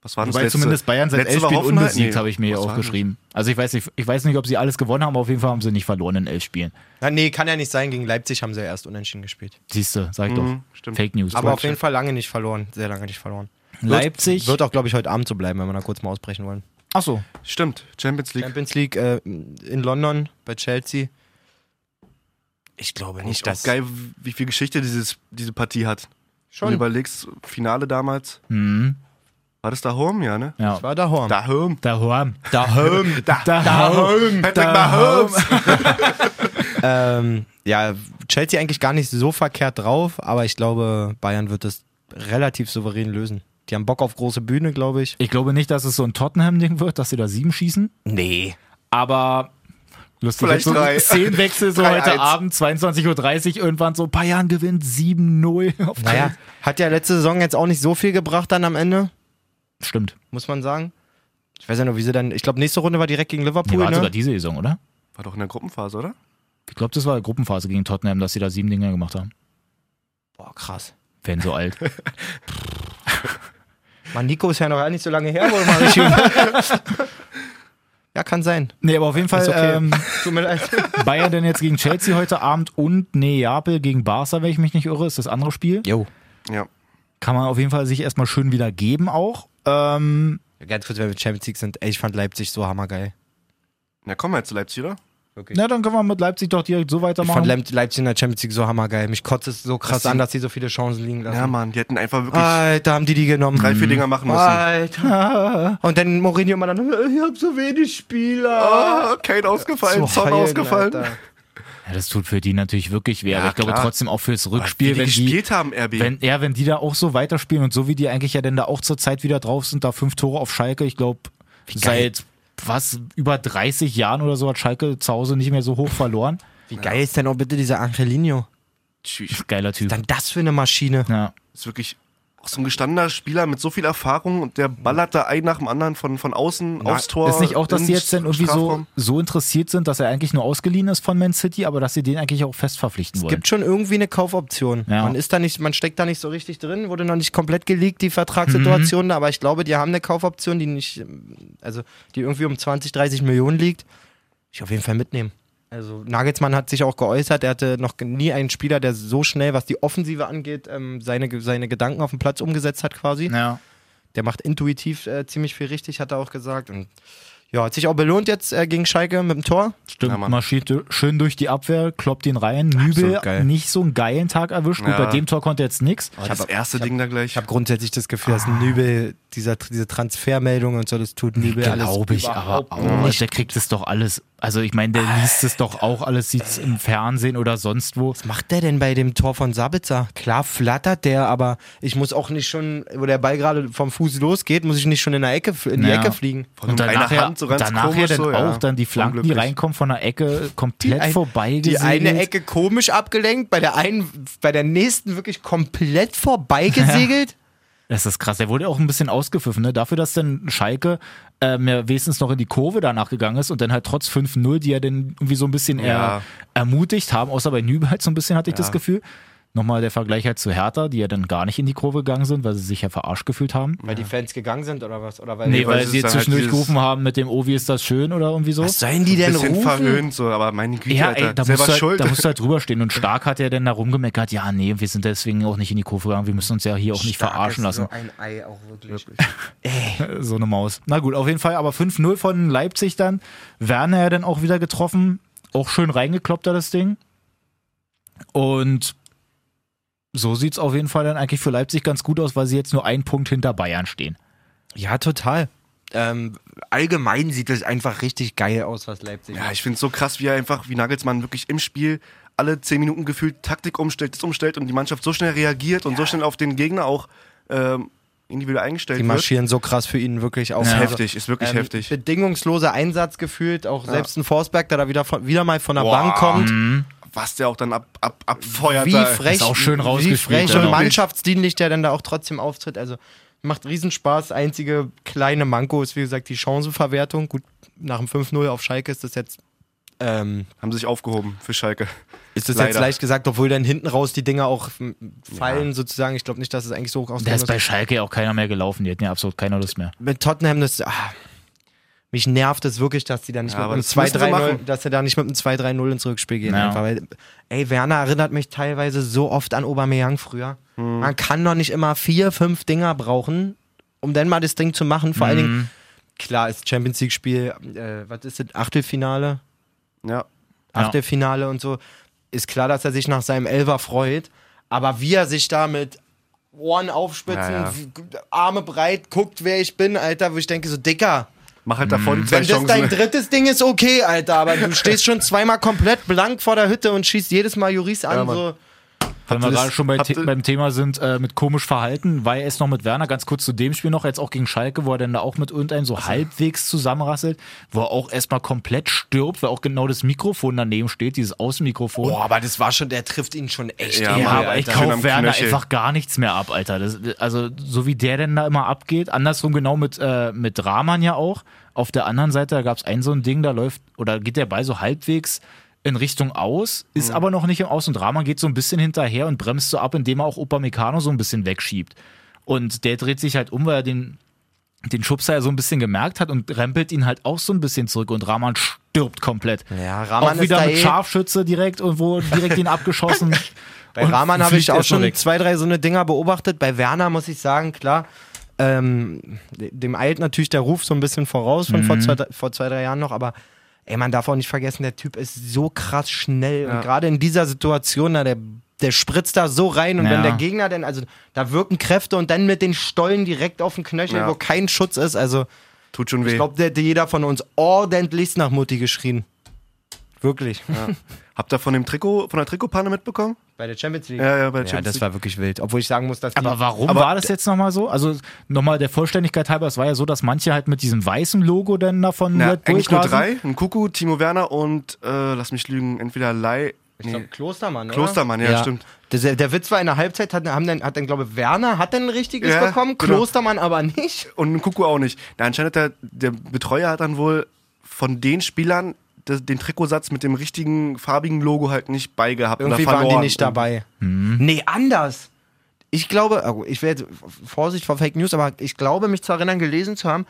S3: Was war denn das
S1: Wobei
S3: letzte?
S1: zumindest Bayern seit
S3: letzte
S1: elf
S3: war
S1: Spielen
S3: Hoffenheim?
S1: unbesiegt,
S3: Nee,
S1: habe ich mir hier
S3: was war denn?
S1: aufgeschrieben. Also ich weiß, nicht, ich weiß nicht, ob sie alles gewonnen haben, aber auf jeden Fall haben sie nicht verloren in elf Spielen.
S4: Na, nee, kann ja nicht sein, gegen Leipzig haben sie ja erst unentschieden gespielt.
S1: Siehst du, sag ich
S3: Mhm,
S1: doch.
S3: stimmt.
S1: Fake News.
S4: Aber auf jeden Fall lange nicht verloren. Sehr lange nicht verloren.
S1: Leipzig.
S4: Wird auch, glaube ich, heute Abend so bleiben, wenn wir da kurz mal ausbrechen wollen.
S1: Achso,
S3: Stimmt, Champions League.
S4: Champions League äh, in London bei Chelsea. Ich glaube nicht,
S3: Auch
S4: dass.
S3: geil, wie viel Geschichte dieses, diese Partie hat. Wenn du
S4: Schon.
S3: überlegst, Finale damals.
S1: Mhm.
S3: War das da Home, ja, ne?
S1: Ja.
S4: Ich war da Horn.
S3: Da Home.
S1: Da Horm.
S4: Daheim.
S1: Da, da, Horm.
S3: Patrick Mahomes.
S4: ähm, ja, Chelsea eigentlich gar nicht so verkehrt drauf, aber ich glaube, Bayern wird es relativ souverän lösen. Die haben Bock auf große Bühne, glaube ich.
S1: Ich glaube nicht, dass es so ein Tottenham-Ding wird, dass sie da sieben schießen.
S4: Nee.
S1: Aber lustig,
S3: Vielleicht
S1: so
S3: drei.
S1: zehn Wechsel so
S3: Drei,
S1: heute
S3: eins.
S1: Abend, 22.30 Uhr, irgendwann so Bayern gewinnt 7-0. auf
S4: Naja,
S1: Chelsea.
S4: hat ja letzte Saison jetzt auch nicht so viel gebracht dann am Ende,
S1: Stimmt.
S4: muss man sagen. Ich weiß ja nur, wie sie dann. Ich glaube, nächste Runde war direkt gegen Liverpool.
S1: Die waren
S4: ne?
S1: sogar diese Saison, oder?
S3: War doch in der Gruppenphase, oder?
S1: Ich glaube, das war die Gruppenphase gegen Tottenham, dass sie da sieben Dinger gemacht haben.
S4: Boah, krass.
S1: Werden so alt.
S4: Mann, Nico ist ja noch gar nicht so lange her, wurde mal richtig. ja, kann sein.
S1: Nee, aber auf jeden Fall
S4: Ist okay.
S1: ähm,
S4: Tut mir leid.
S1: Bayern denn jetzt gegen Chelsea heute Abend und Neapel gegen Barca, wenn ich mich nicht irre, ist das andere Spiel.
S4: Jo.
S3: Ja.
S1: Kann man auf jeden Fall sich erstmal schön wieder geben auch. Ähm,
S4: Ganz kurz, wenn wir Champions League sind, ey, ich fand Leipzig so hammergeil.
S3: Na, kommen wir jetzt zu Leipzig, oder?
S1: na, dann können wir mit Leipzig doch direkt so
S4: Ich fand
S1: weitermachen.
S4: Leip- Leipzig in der Champions League so hammergeil. Mich kotzt es so krass
S3: sie-
S4: an, dass sie so viele Chancen liegen
S3: Ja,
S4: lassen.
S3: Mann, die hätten einfach wirklich
S4: Alter, haben die die genommen.
S3: drei, vier Dinger machen müssen.
S4: Ah. Alter. Und dann Mourinho immer dann, ich hab so wenig Spieler.
S3: Ah, Kane ausgefallen,
S4: Zu
S3: Son
S4: heulen,
S3: ausgefallen.
S4: Alter.
S1: Ja, das tut für die natürlich wirklich weh, aber ich glaube
S3: klar.
S1: trotzdem auch fürs
S3: Wie
S1: Rückspiel,
S3: die
S1: wenn die,
S3: gespielt haben, RB.
S1: Wenn, ja, wenn die da auch so weiterspielen und so wie die eigentlich ja denn da auch zur Zeit wieder drauf sind, da fünf Tore auf Schalke, ich glaube,
S4: geil.
S1: seit was, über 30 Jahren oder so hat Schalke zu Hause nicht mehr so hoch verloren.
S4: Wie geil ist denn auch bitte dieser Angelino?
S3: Tschüss.
S1: Geiler Typ.
S4: Dann das für eine Maschine.
S1: Ja.
S3: Ist wirklich auch so ein gestandener Spieler mit so viel Erfahrung und der ballert da einen nach dem anderen von, von außen aufs Tor.
S1: Ist nicht auch, dass
S3: in
S1: die jetzt dann irgendwie so,
S3: Strafraum.
S1: so interessiert sind, dass er eigentlich nur ausgeliehen ist von Man City, aber dass sie den eigentlich auch fest verpflichten wollen.
S4: gibt schon irgendwie eine Kaufoption.
S1: Ja.
S4: Man ist da nicht, man steckt da nicht so richtig drin, wurde noch nicht komplett geleakt, die Vertragssituation,
S1: Mhm.
S4: aber ich glaube, die haben eine Kaufoption, die nicht, also die irgendwie um 20, 30 Millionen liegt. Ich auf jeden Fall mitnehmen. Also Nagelsmann hat sich auch geäußert, er hatte noch nie einen Spieler, der so schnell, was die Offensive angeht, ähm, seine, seine Gedanken auf dem Platz umgesetzt hat quasi.
S1: Ja.
S4: Der macht intuitiv äh, ziemlich viel richtig, hat er auch gesagt. Und ja, hat sich auch belohnt jetzt äh, gegen Schalke mit dem Tor.
S1: Stimmt,
S3: Ja, Mann.
S1: marschiert du- schön durch die Abwehr, kloppt ihn rein. Nübel,
S4: Absolut geil.
S1: nicht so einen geilen Tag erwischt. Gut,
S3: Ja.
S1: bei dem Tor konnte jetzt nichts.
S3: Ich hab das erste Ding da gleich.
S4: Ich habe grundsätzlich das Gefühl, dass Nübel, dieser, diese Transfermeldung und so, das tut Nübel
S1: Glaube
S4: alles
S1: ich aber
S4: überhaupt
S1: auch
S4: nicht.
S1: nicht. Der kriegt es doch alles. Also ich meine, der liest es doch auch alles, sieht es im Fernsehen oder sonst wo.
S4: Was macht der denn bei dem Tor von Sabitzer? Klar flattert der, aber ich muss auch nicht schon, wo der Ball gerade vom Fuß losgeht, muss ich nicht schon in, der Ecke, in die
S1: Ja.
S4: Ecke fliegen.
S3: Von
S1: Und danach
S3: einer
S1: ja,
S3: Hand so ganz
S1: danach ja
S3: komisch
S1: dann
S3: so, ja.
S1: auch dann die Flanken, die
S3: Unglücklich.
S1: reinkommen von der Ecke, komplett
S4: ein-
S1: vorbei
S4: Die eine Ecke komisch abgelenkt, bei der einen, bei der nächsten wirklich komplett vorbeigesegelt.
S1: Das ist krass. Der wurde auch ein bisschen ausgepfiffen, ne? Dafür, dass dann Schalke ähm, ja wenigstens noch in die Kurve danach gegangen ist und dann halt trotz 5-0, die ja dann irgendwie so ein bisschen eher
S3: Ja.
S1: ermutigt haben, außer bei Nübel halt so ein bisschen, hatte ich das Gefühl. Nochmal der Vergleich halt zu Hertha, die ja dann gar nicht in die Kurve gegangen sind, weil sie sich ja verarscht gefühlt haben.
S4: Weil die Fans gegangen sind oder was? Oder weil
S1: Nee,
S3: Nee, weil
S1: weil,
S3: es
S1: sie
S3: ist dann
S1: zwischendurch
S3: halt dieses-
S1: gerufen haben mit dem, oh, wie ist das schön oder irgendwie so.
S4: was sollen die
S3: Ein
S4: denn
S3: bisschen
S4: rufen?
S3: verhöhnt, so, aber meine Güte,
S1: Ja,
S3: Alter,
S1: ey, da musst,
S3: selber
S1: du halt,
S3: schuld.
S1: da musst du halt drüber stehen. Und Stark hat ja dann da rumgemeckert, ja, nee, wir sind deswegen auch nicht in die Kurve gegangen, wir müssen uns ja hier auch nicht
S4: Stark
S1: verarschen
S4: ist
S1: lassen.
S4: So ein Ei auch wirklich.
S1: so eine Maus. Na gut, auf jeden Fall, aber 5-0 von Leipzig dann. Werner ja dann auch wieder getroffen. Auch schön reingekloppt da das Ding. Und so sieht es auf jeden Fall dann eigentlich für Leipzig ganz gut aus, weil sie jetzt nur einen Punkt hinter Bayern stehen.
S4: Ja, total. Ähm, allgemein sieht es einfach richtig geil aus, was Leipzig
S3: ja, ich finde es so krass, wie er einfach, wie Nagelsmann wirklich im Spiel alle zehn Minuten gefühlt Taktik umstellt, das umstellt und die Mannschaft so schnell reagiert und so schnell auf den Gegner auch ähm, individuell eingestellt
S4: Die
S3: wird.
S4: marschieren so krass für ihn wirklich auf.
S3: Ist
S4: Also,
S3: heftig, ist wirklich
S4: ähm,
S3: heftig.
S4: Bedingungsloser Einsatz gefühlt, auch selbst ein Forsberg, der da wieder, von, wieder mal von der
S3: Boah.
S4: Bank kommt.
S3: Was der auch dann ab, ab, abfeuert.
S4: Wie
S3: da.
S4: frech,
S1: ist auch schön also.
S4: wie
S1: rausgespielt
S4: frech
S1: dann
S4: und
S1: auch.
S4: mannschaftsdienlich der dann da auch trotzdem auftritt. Also macht Riesenspaß. Einzige kleine Manko ist, wie gesagt, die Chancenverwertung. Gut, nach dem 5-0 auf Schalke ist das jetzt. Ähm,
S3: Haben sich aufgehoben für Schalke.
S4: ist das jetzt
S3: Leider.
S4: leicht gesagt, obwohl dann hinten raus die Dinger auch m, fallen, sozusagen. Ich glaube nicht, dass es eigentlich so
S1: Da
S4: ausgegangen
S1: ist bei Schalke ja auch keiner mehr gelaufen, die hätten ja absolut keine Lust mehr.
S4: mit Tottenham, das. Ah, mich nervt es wirklich, dass die da nicht
S3: Ja, aber
S4: mit
S3: das
S4: einem
S3: müssen sie
S4: 2-3-0,
S3: machen.
S4: dass sie da nicht mit einem 2-3-0 ins Rückspiel gehen.
S1: Ja.
S4: Einfach, weil, ey, Werner erinnert mich teilweise so oft an Aubameyang früher.
S3: Mhm.
S4: Man kann doch nicht immer vier, fünf Dinger brauchen, um dann mal das Ding zu machen. Vor allen
S3: Mhm.
S4: Dingen, klar, ist Champions League-Spiel, äh, was ist das, Achtelfinale?
S3: Ja.
S1: Ja.
S4: Achtelfinale und so. Ist klar, dass er sich nach seinem Elfer freut, aber wie er sich da mit Ohren aufspitzen,
S3: Ja, ja.
S4: wie- Arme breit, guckt, wer ich bin, Alter, wo ich denke, so dicker.
S3: Mach halt davor die zwei
S4: Mhm. Wenn das dein
S3: Chancen.
S4: drittes Ding ist, okay, Alter, aber du stehst schon zweimal komplett blank vor der Hütte und schießt jedes Mal Juris an.
S3: Ja, Mann.
S4: so.
S1: Wenn wir
S3: ihr das-
S1: gerade schon bei,
S3: habt
S1: The
S3: ihr-
S1: beim Thema sind, äh, mit komisch verhalten, war es noch mit Werner, ganz kurz zu dem Spiel noch, jetzt auch gegen Schalke, wo er dann da auch mit irgendeinem so halbwegs zusammenrasselt, wo er auch erstmal komplett stirbt, weil auch genau das Mikrofon daneben steht, dieses Außenmikrofon.
S4: Boah, aber das war schon, der trifft ihn schon echt.
S3: Ja,
S4: hart,
S1: Ja,
S3: Mann,
S1: aber ich
S4: Alter.
S3: Schön
S1: kaufe
S3: am
S1: Werner
S3: Knöchel.
S1: einfach gar nichts mehr ab, Alter. Das, also, so wie der denn da immer abgeht. Andersrum genau mit, äh, mit Rahman ja auch. Auf der anderen Seite, da gab es ein so ein Ding, da läuft, oder geht der Ball so halbwegs in Richtung aus,
S3: Mhm.
S1: ist aber noch nicht im Aus. Und Rahman geht so ein bisschen hinterher und bremst so ab, indem er auch Upamecano so ein bisschen wegschiebt. Und der dreht sich halt um, weil er den, den Schubser ja so ein bisschen gemerkt hat und rempelt ihn halt auch so ein bisschen zurück. Und Rahman stirbt komplett.
S4: Ja, Rahman
S1: auch wieder
S4: ist da
S1: mit
S4: eh-
S1: Scharfschütze direkt und wo direkt ihn abgeschossen.
S4: Bei
S1: Und
S4: Rahman habe
S1: fliegt
S4: ich auch
S1: erstmal
S4: schon
S1: weg.
S4: zwei, drei so eine Dinger beobachtet. Bei Werner muss ich sagen, klar, ähm, de- dem eilt natürlich der Ruf so ein bisschen voraus von vor, zwei, drei- vor zwei, drei Jahren noch, aber ey, man darf auch nicht vergessen, der Typ ist so krass schnell. Und gerade in dieser Situation, na, der, der spritzt da so rein und
S1: Ja.
S4: wenn der Gegner dann, also da wirken Kräfte und dann mit den Stollen direkt auf den Knöchel,
S3: Ja.
S4: wo kein Schutz ist. Also
S3: Tut schon weh.
S4: ich glaube, der hätte jeder von uns ordentlichst nach Mutti geschrien. Wirklich.
S3: Habt ihr von dem Trikot, von der Trikotpanne mitbekommen?
S4: Bei der Champions League.
S3: Ja, ja, bei der
S4: Ja,
S3: Champions
S4: das war wirklich wild. Obwohl ich sagen muss, dass die-
S1: Aber warum war das jetzt nochmal so? Also nochmal der Vollständigkeit halber, es war ja so, dass manche halt mit diesem weißen Logo dann da von
S3: Na,
S1: Red Bull
S3: eigentlich nur
S1: quasi-
S3: drei. Ein Kuku, Timo Werner und, äh, lass mich lügen, entweder Lai.
S4: Ich glaube,
S3: Nee,
S4: Klostermann, oder?
S3: Klostermann, ja, stimmt.
S4: Das, der Witz war in der Halbzeit, hat, haben dann, hat dann, glaube ich, Werner hat dann ein richtiges
S3: Ja,
S4: bekommen,
S3: genau.
S4: Klostermann aber nicht.
S3: Und ein Kuku auch nicht. Na, anscheinend hat der, der Betreuer hat dann wohl von den Spielern das, den Trikotsatz mit dem richtigen farbigen Logo halt nicht beigehabt.
S4: Irgendwie
S3: oder
S4: waren
S3: verloren. Mhm.
S4: die nicht dabei. Nee, anders. Ich glaube, oh, ich werde Vorsicht vor Fake News, aber ich glaube, mich zu erinnern, gelesen zu haben,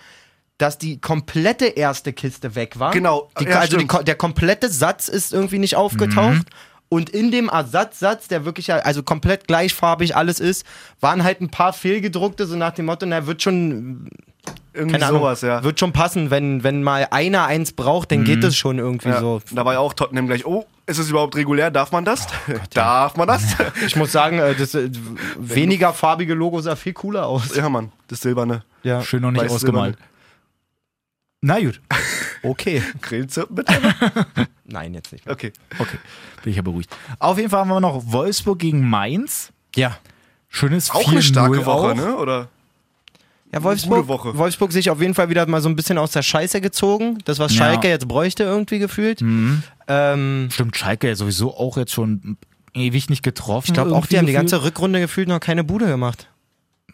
S4: dass die komplette erste Kiste weg war.
S3: Genau,
S4: Die,
S3: ja,
S4: also die,
S3: stimmt. Mhm.
S4: ko- der komplette Satz ist irgendwie nicht aufgetaucht. Und in dem Ersatzsatz, der wirklich ja, also komplett gleichfarbig alles ist, waren halt ein paar fehlgedruckte, so nach dem Motto, na, wird schon
S3: Irgendwie
S4: keine Ahnung,
S3: sowas, ja.
S4: wird schon passen, wenn, wenn mal einer eins braucht, dann
S1: Mhm.
S4: geht es schon irgendwie
S3: ja.
S4: so.
S3: Und Da war ja auch Tottenham gleich, oh, ist es überhaupt regulär? Darf man das?
S4: Oh
S3: Darf man das?
S4: Ich muss sagen, äh, das äh, weniger farbige Logo sah viel cooler aus.
S3: ja, Mann, das Silberne.
S4: Ja,
S1: Schön noch nicht
S3: Weiß
S1: ausgemalt. Na gut,
S4: okay.
S3: Grillze, bitte.
S4: Nein, jetzt nicht. Mehr.
S3: Okay.
S1: okay, bin ich ja beruhigt. Auf jeden Fall haben wir noch Wolfsburg gegen Mainz.
S4: Ja.
S1: Schönes
S3: Auch eine
S1: 4-0
S3: starke Woche,
S1: auch.
S3: ne? Oder?
S4: Ja, Wolfsburg,
S3: Gute Woche.
S4: Wolfsburg sich auf jeden Fall wieder mal so ein bisschen aus der Scheiße gezogen. Das, was
S1: Ja. Mhm.
S4: Schalke jetzt bräuchte, irgendwie gefühlt. Ähm,
S1: Stimmt, Schalke ja sowieso auch jetzt schon ewig nicht getroffen.
S4: ich glaube auch, die haben
S1: irgendwie
S4: die ganze Rückrunde gefühlt noch keine Bude gemacht.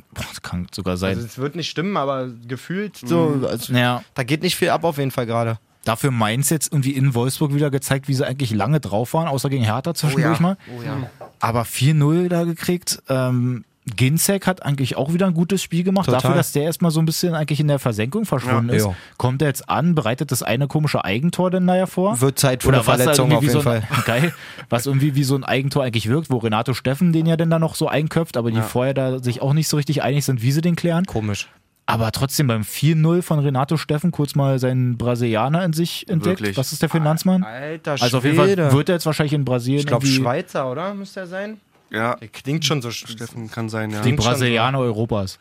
S1: gefühlt. Boah, das kann sogar sein.
S3: Mhm.
S4: Also es wird nicht stimmen, aber gefühlt so. Also,
S1: ja,
S4: Da geht nicht viel ab auf jeden Fall gerade.
S1: Dafür Mainz jetzt irgendwie in Wolfsburg wieder gezeigt, wie sie eigentlich lange drauf waren, außer gegen Hertha zwischendurch mal.
S4: Oh ja.
S1: Aber 4-0 da gekriegt. Ähm, Ginzek hat eigentlich auch wieder ein gutes Spiel gemacht.
S4: Total.
S1: Dafür, dass der erstmal so ein bisschen eigentlich in der Versenkung verschwunden
S4: Ja.
S1: ist.
S4: Jo.
S1: Kommt er jetzt an, bereitet das eine komische Eigentor denn naja vor?
S4: Wird Zeit für eine
S1: was da
S4: Verletzung
S1: irgendwie
S4: auf
S1: wie
S4: jeden
S1: so ein,
S4: Fall.
S1: Geil, was irgendwie wie so ein Eigentor eigentlich wirkt, wo Renato Steffen den ja denn da noch so einköpft, aber die vorher da sich auch nicht so richtig einig sind, wie sie den klären.
S4: Komisch.
S1: Aber trotzdem beim 4-0 von Renato Steffen kurz mal seinen Brasilianer in sich entdeckt.
S3: Wirklich?
S1: Was ist der für ein Landsmann?
S4: Alter Schwede.
S1: Also auf jeden Fall wird er jetzt wahrscheinlich in Brasilien
S4: ich glaube
S1: irgendwie
S4: Schweizer, oder? Müsste er sein?
S3: Ja,
S4: Der klingt schon so. sch-
S3: Steffen kann sein, ja.
S1: die
S4: schon so.
S1: Brasilianer Europas.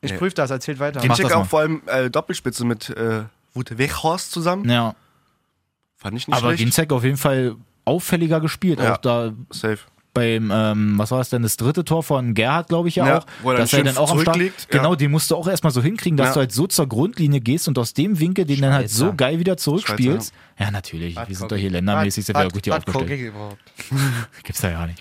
S4: Ich prüfe das, erzählt weiter.
S1: Mach das
S3: Ginzek auch
S1: mal.
S3: vor allem äh, Doppelspitze mit äh, Wute Weghorst zusammen.
S1: Ja.
S3: Fand ich nicht
S1: Aber
S3: schlecht.
S1: Ginzek auf jeden Fall auffälliger gespielt.
S3: Ja.
S1: Auch da
S3: Safe.
S1: beim, ähm, was war es denn, das dritte Tor von Gerhard, glaube ich ja,
S3: Ja,
S1: auch.
S3: wo er dann
S1: dass er
S3: schön
S1: dann auch am Start,
S3: zurücklegt, ja.
S1: Genau, den musst du auch erstmal so hinkriegen, dass
S3: Ja.
S1: du halt so zur Grundlinie gehst und aus dem Winkel den dann halt so
S4: Schweizer.
S1: geil wieder zurückspielst. Ja, natürlich. Wir sind doch hier ländermäßig, sind wir gut hier aufgestellt. Gibt's da ja nicht.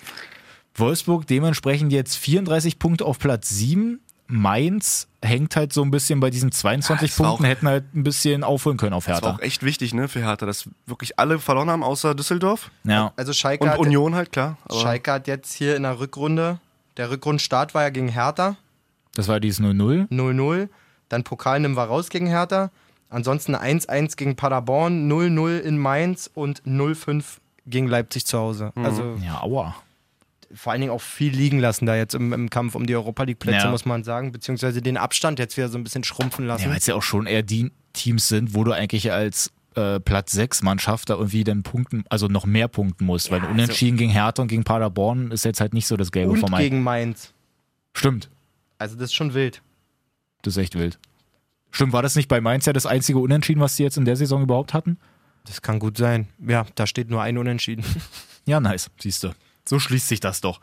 S1: Wolfsburg dementsprechend jetzt 34 Punkte auf Platz 7. Mainz hängt halt so ein bisschen bei diesen 22
S3: das war
S1: Punkten,
S3: auch-
S1: hätten halt ein bisschen aufholen können auf
S3: Das war
S1: Hertha.
S3: auch echt wichtig, ne, für Hertha, dass wirklich alle verloren haben, außer Düsseldorf.
S1: Ja.
S4: Also Schalke
S3: Und
S4: hat,
S3: Union halt, klar. Aber
S4: Schalke hat jetzt hier in der Rückrunde, der Rückrundenstart war ja gegen Hertha,
S1: Das war dieses 0-0.
S4: 0-0. Dann Pokal nehmen wir raus gegen Hertha. Ansonsten 1-1 gegen Paderborn, 0-0 in Mainz und 0-5 gegen Leipzig zu Hause.
S1: Mhm.
S4: Also
S1: Ja, aua.
S4: vor allen Dingen auch viel liegen lassen da jetzt im, im Kampf um die Europa League Plätze,
S1: Ja.
S4: muss man sagen, beziehungsweise den Abstand jetzt wieder so ein bisschen schrumpfen
S1: Ja,
S4: lassen.
S1: weil es ja auch schon eher die Teams sind, wo du eigentlich als äh, Platz 6 Mannschaft da irgendwie dann punkten, also noch mehr punkten musst, weil
S4: also-
S1: unentschieden gegen Hertha und gegen Paderborn ist jetzt halt nicht so das Gelbe
S4: und
S1: vom Ei.
S4: gegen Mainz.
S1: Stimmt,
S4: Also das ist schon wild.
S1: das ist echt wild. Stimmt, war das nicht bei Mainz ja das einzige Unentschieden, was die jetzt in der Saison überhaupt hatten?
S4: Das kann gut sein. Ja, da steht nur ein Unentschieden.
S1: Ja, nice, siehst du. So schließt sich das doch.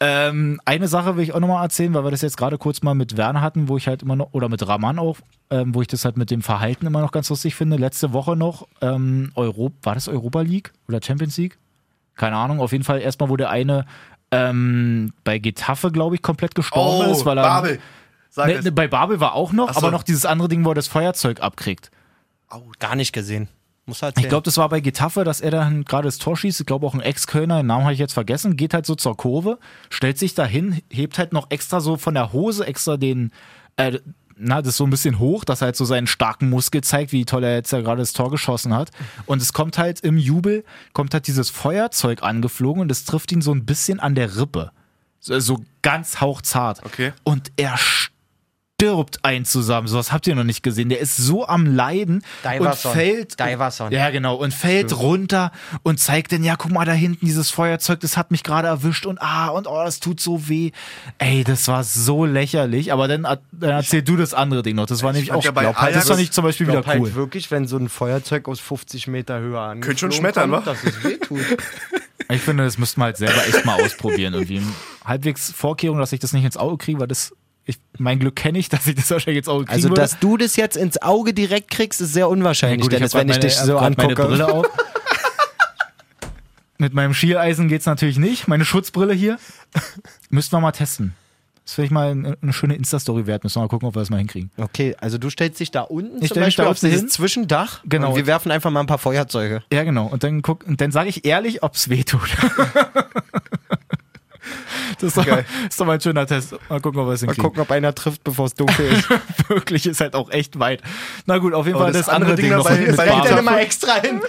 S1: Ähm, eine Sache will ich auch nochmal erzählen, weil wir das jetzt gerade kurz mal mit Werner hatten, wo ich halt immer noch, oder mit Raman auch, ähm, wo ich das halt mit dem Verhalten immer noch ganz lustig finde. Letzte Woche noch, ähm, Europa, war das Europa League oder Champions League? Keine Ahnung, auf jeden Fall erstmal, wo der eine ähm, bei Getafe, glaube ich, komplett gestorben
S3: oh,
S1: ist, weil er.
S3: Babel. Sag
S1: Ne,
S3: es.
S1: ne, bei Babel war auch noch,
S3: Ach so.
S1: aber noch dieses andere Ding, wo er das Feuerzeug abkriegt.
S4: Gar nicht gesehen. Muss halt sehen.
S1: Ich glaube, das war bei Getafe, dass er dann gerade das Tor schießt. Ich glaube, auch ein Ex-Kölner, den Namen habe ich jetzt vergessen, geht halt so zur Kurve, stellt sich dahin, hebt halt noch extra so von der Hose extra den, äh, na, das so ein bisschen hoch, dass er halt so seinen starken Muskel zeigt, wie toll er jetzt ja gerade das Tor geschossen hat. Und es kommt halt im Jubel, kommt halt dieses Feuerzeug angeflogen und es trifft ihn so ein bisschen an der Rippe. So, so ganz hauchzart.
S3: Okay.
S1: Und er stirbt ein zusammen. Sowas habt ihr noch nicht gesehen. Der ist so am Leiden
S4: Diverson.
S1: und fällt.
S4: Diverson.
S1: Ja, genau. Und fällt runter und zeigt dann, ja, guck mal da hinten, dieses Feuerzeug, das hat mich gerade erwischt und ah, und oh, das tut so weh. Ey, das war so lächerlich. Aber dann, dann erzähl du das andere Ding noch. Das war nämlich
S3: fand
S1: auch,
S3: ja bei
S1: glaub, halt, das
S3: Ajax-
S1: war nicht zum Beispiel
S4: Ich
S1: wieder
S4: glaub
S1: cool.
S4: halt wirklich, wenn so ein Feuerzeug aus 50 Meter Höhe an.
S3: Könnt schon schmettern, wa?
S4: Dass es wehtut.
S1: Ich finde, das müsste man halt selber echt mal ausprobieren. Irgendwie. Halbwegs Vorkehrung, dass ich das nicht ins Auge kriege, weil das, ich, mein Glück kenne ich, dass ich das wahrscheinlich ins Auge kriege.
S4: Also,
S1: würde.
S4: dass du das jetzt ins Auge direkt kriegst, ist sehr
S1: Ja,
S4: unwahrscheinlich,
S1: gut, ich
S4: Dennis,
S1: hab
S4: wenn ich
S1: grad
S4: dich
S1: meine-
S4: so
S1: hab grad
S4: angucke.
S1: Meine Brille auf. Mit meinem Schieleisen geht's natürlich nicht. Meine Schutzbrille hier. Müssten wir mal testen. Das ist vielleicht mal eine, eine schöne Insta-Story wert. Müssen wir mal gucken, ob wir das mal hinkriegen.
S4: Okay, also du stellst dich da unten
S1: Ich
S4: zum
S1: stell mich
S4: Beispiel
S1: da
S4: auf
S1: unten
S4: dieses
S1: hin.
S4: Zwischendach
S1: Genau.
S4: und wir werfen einfach mal ein paar Feuerzeuge.
S1: Ja, genau. Und dann guck, und dann sage ich ehrlich, ob's weh tut. Das ist, doch,
S3: Geil.
S1: ist doch mal ein schöner Test. Mal gucken, ob wir es
S4: Mal
S1: hinkriegen.
S4: gucken, ob einer trifft, bevor es dunkel ist.
S1: Wirklich ist halt auch echt weit. Na gut, auf jeden
S3: Aber
S1: Fall das,
S3: das
S1: andere,
S3: andere
S1: Ding
S3: Ding
S1: noch
S3: dabei
S1: mit
S3: ist
S4: Denk
S3: Barbe.
S4: da
S1: Babel.
S4: mal extra hin.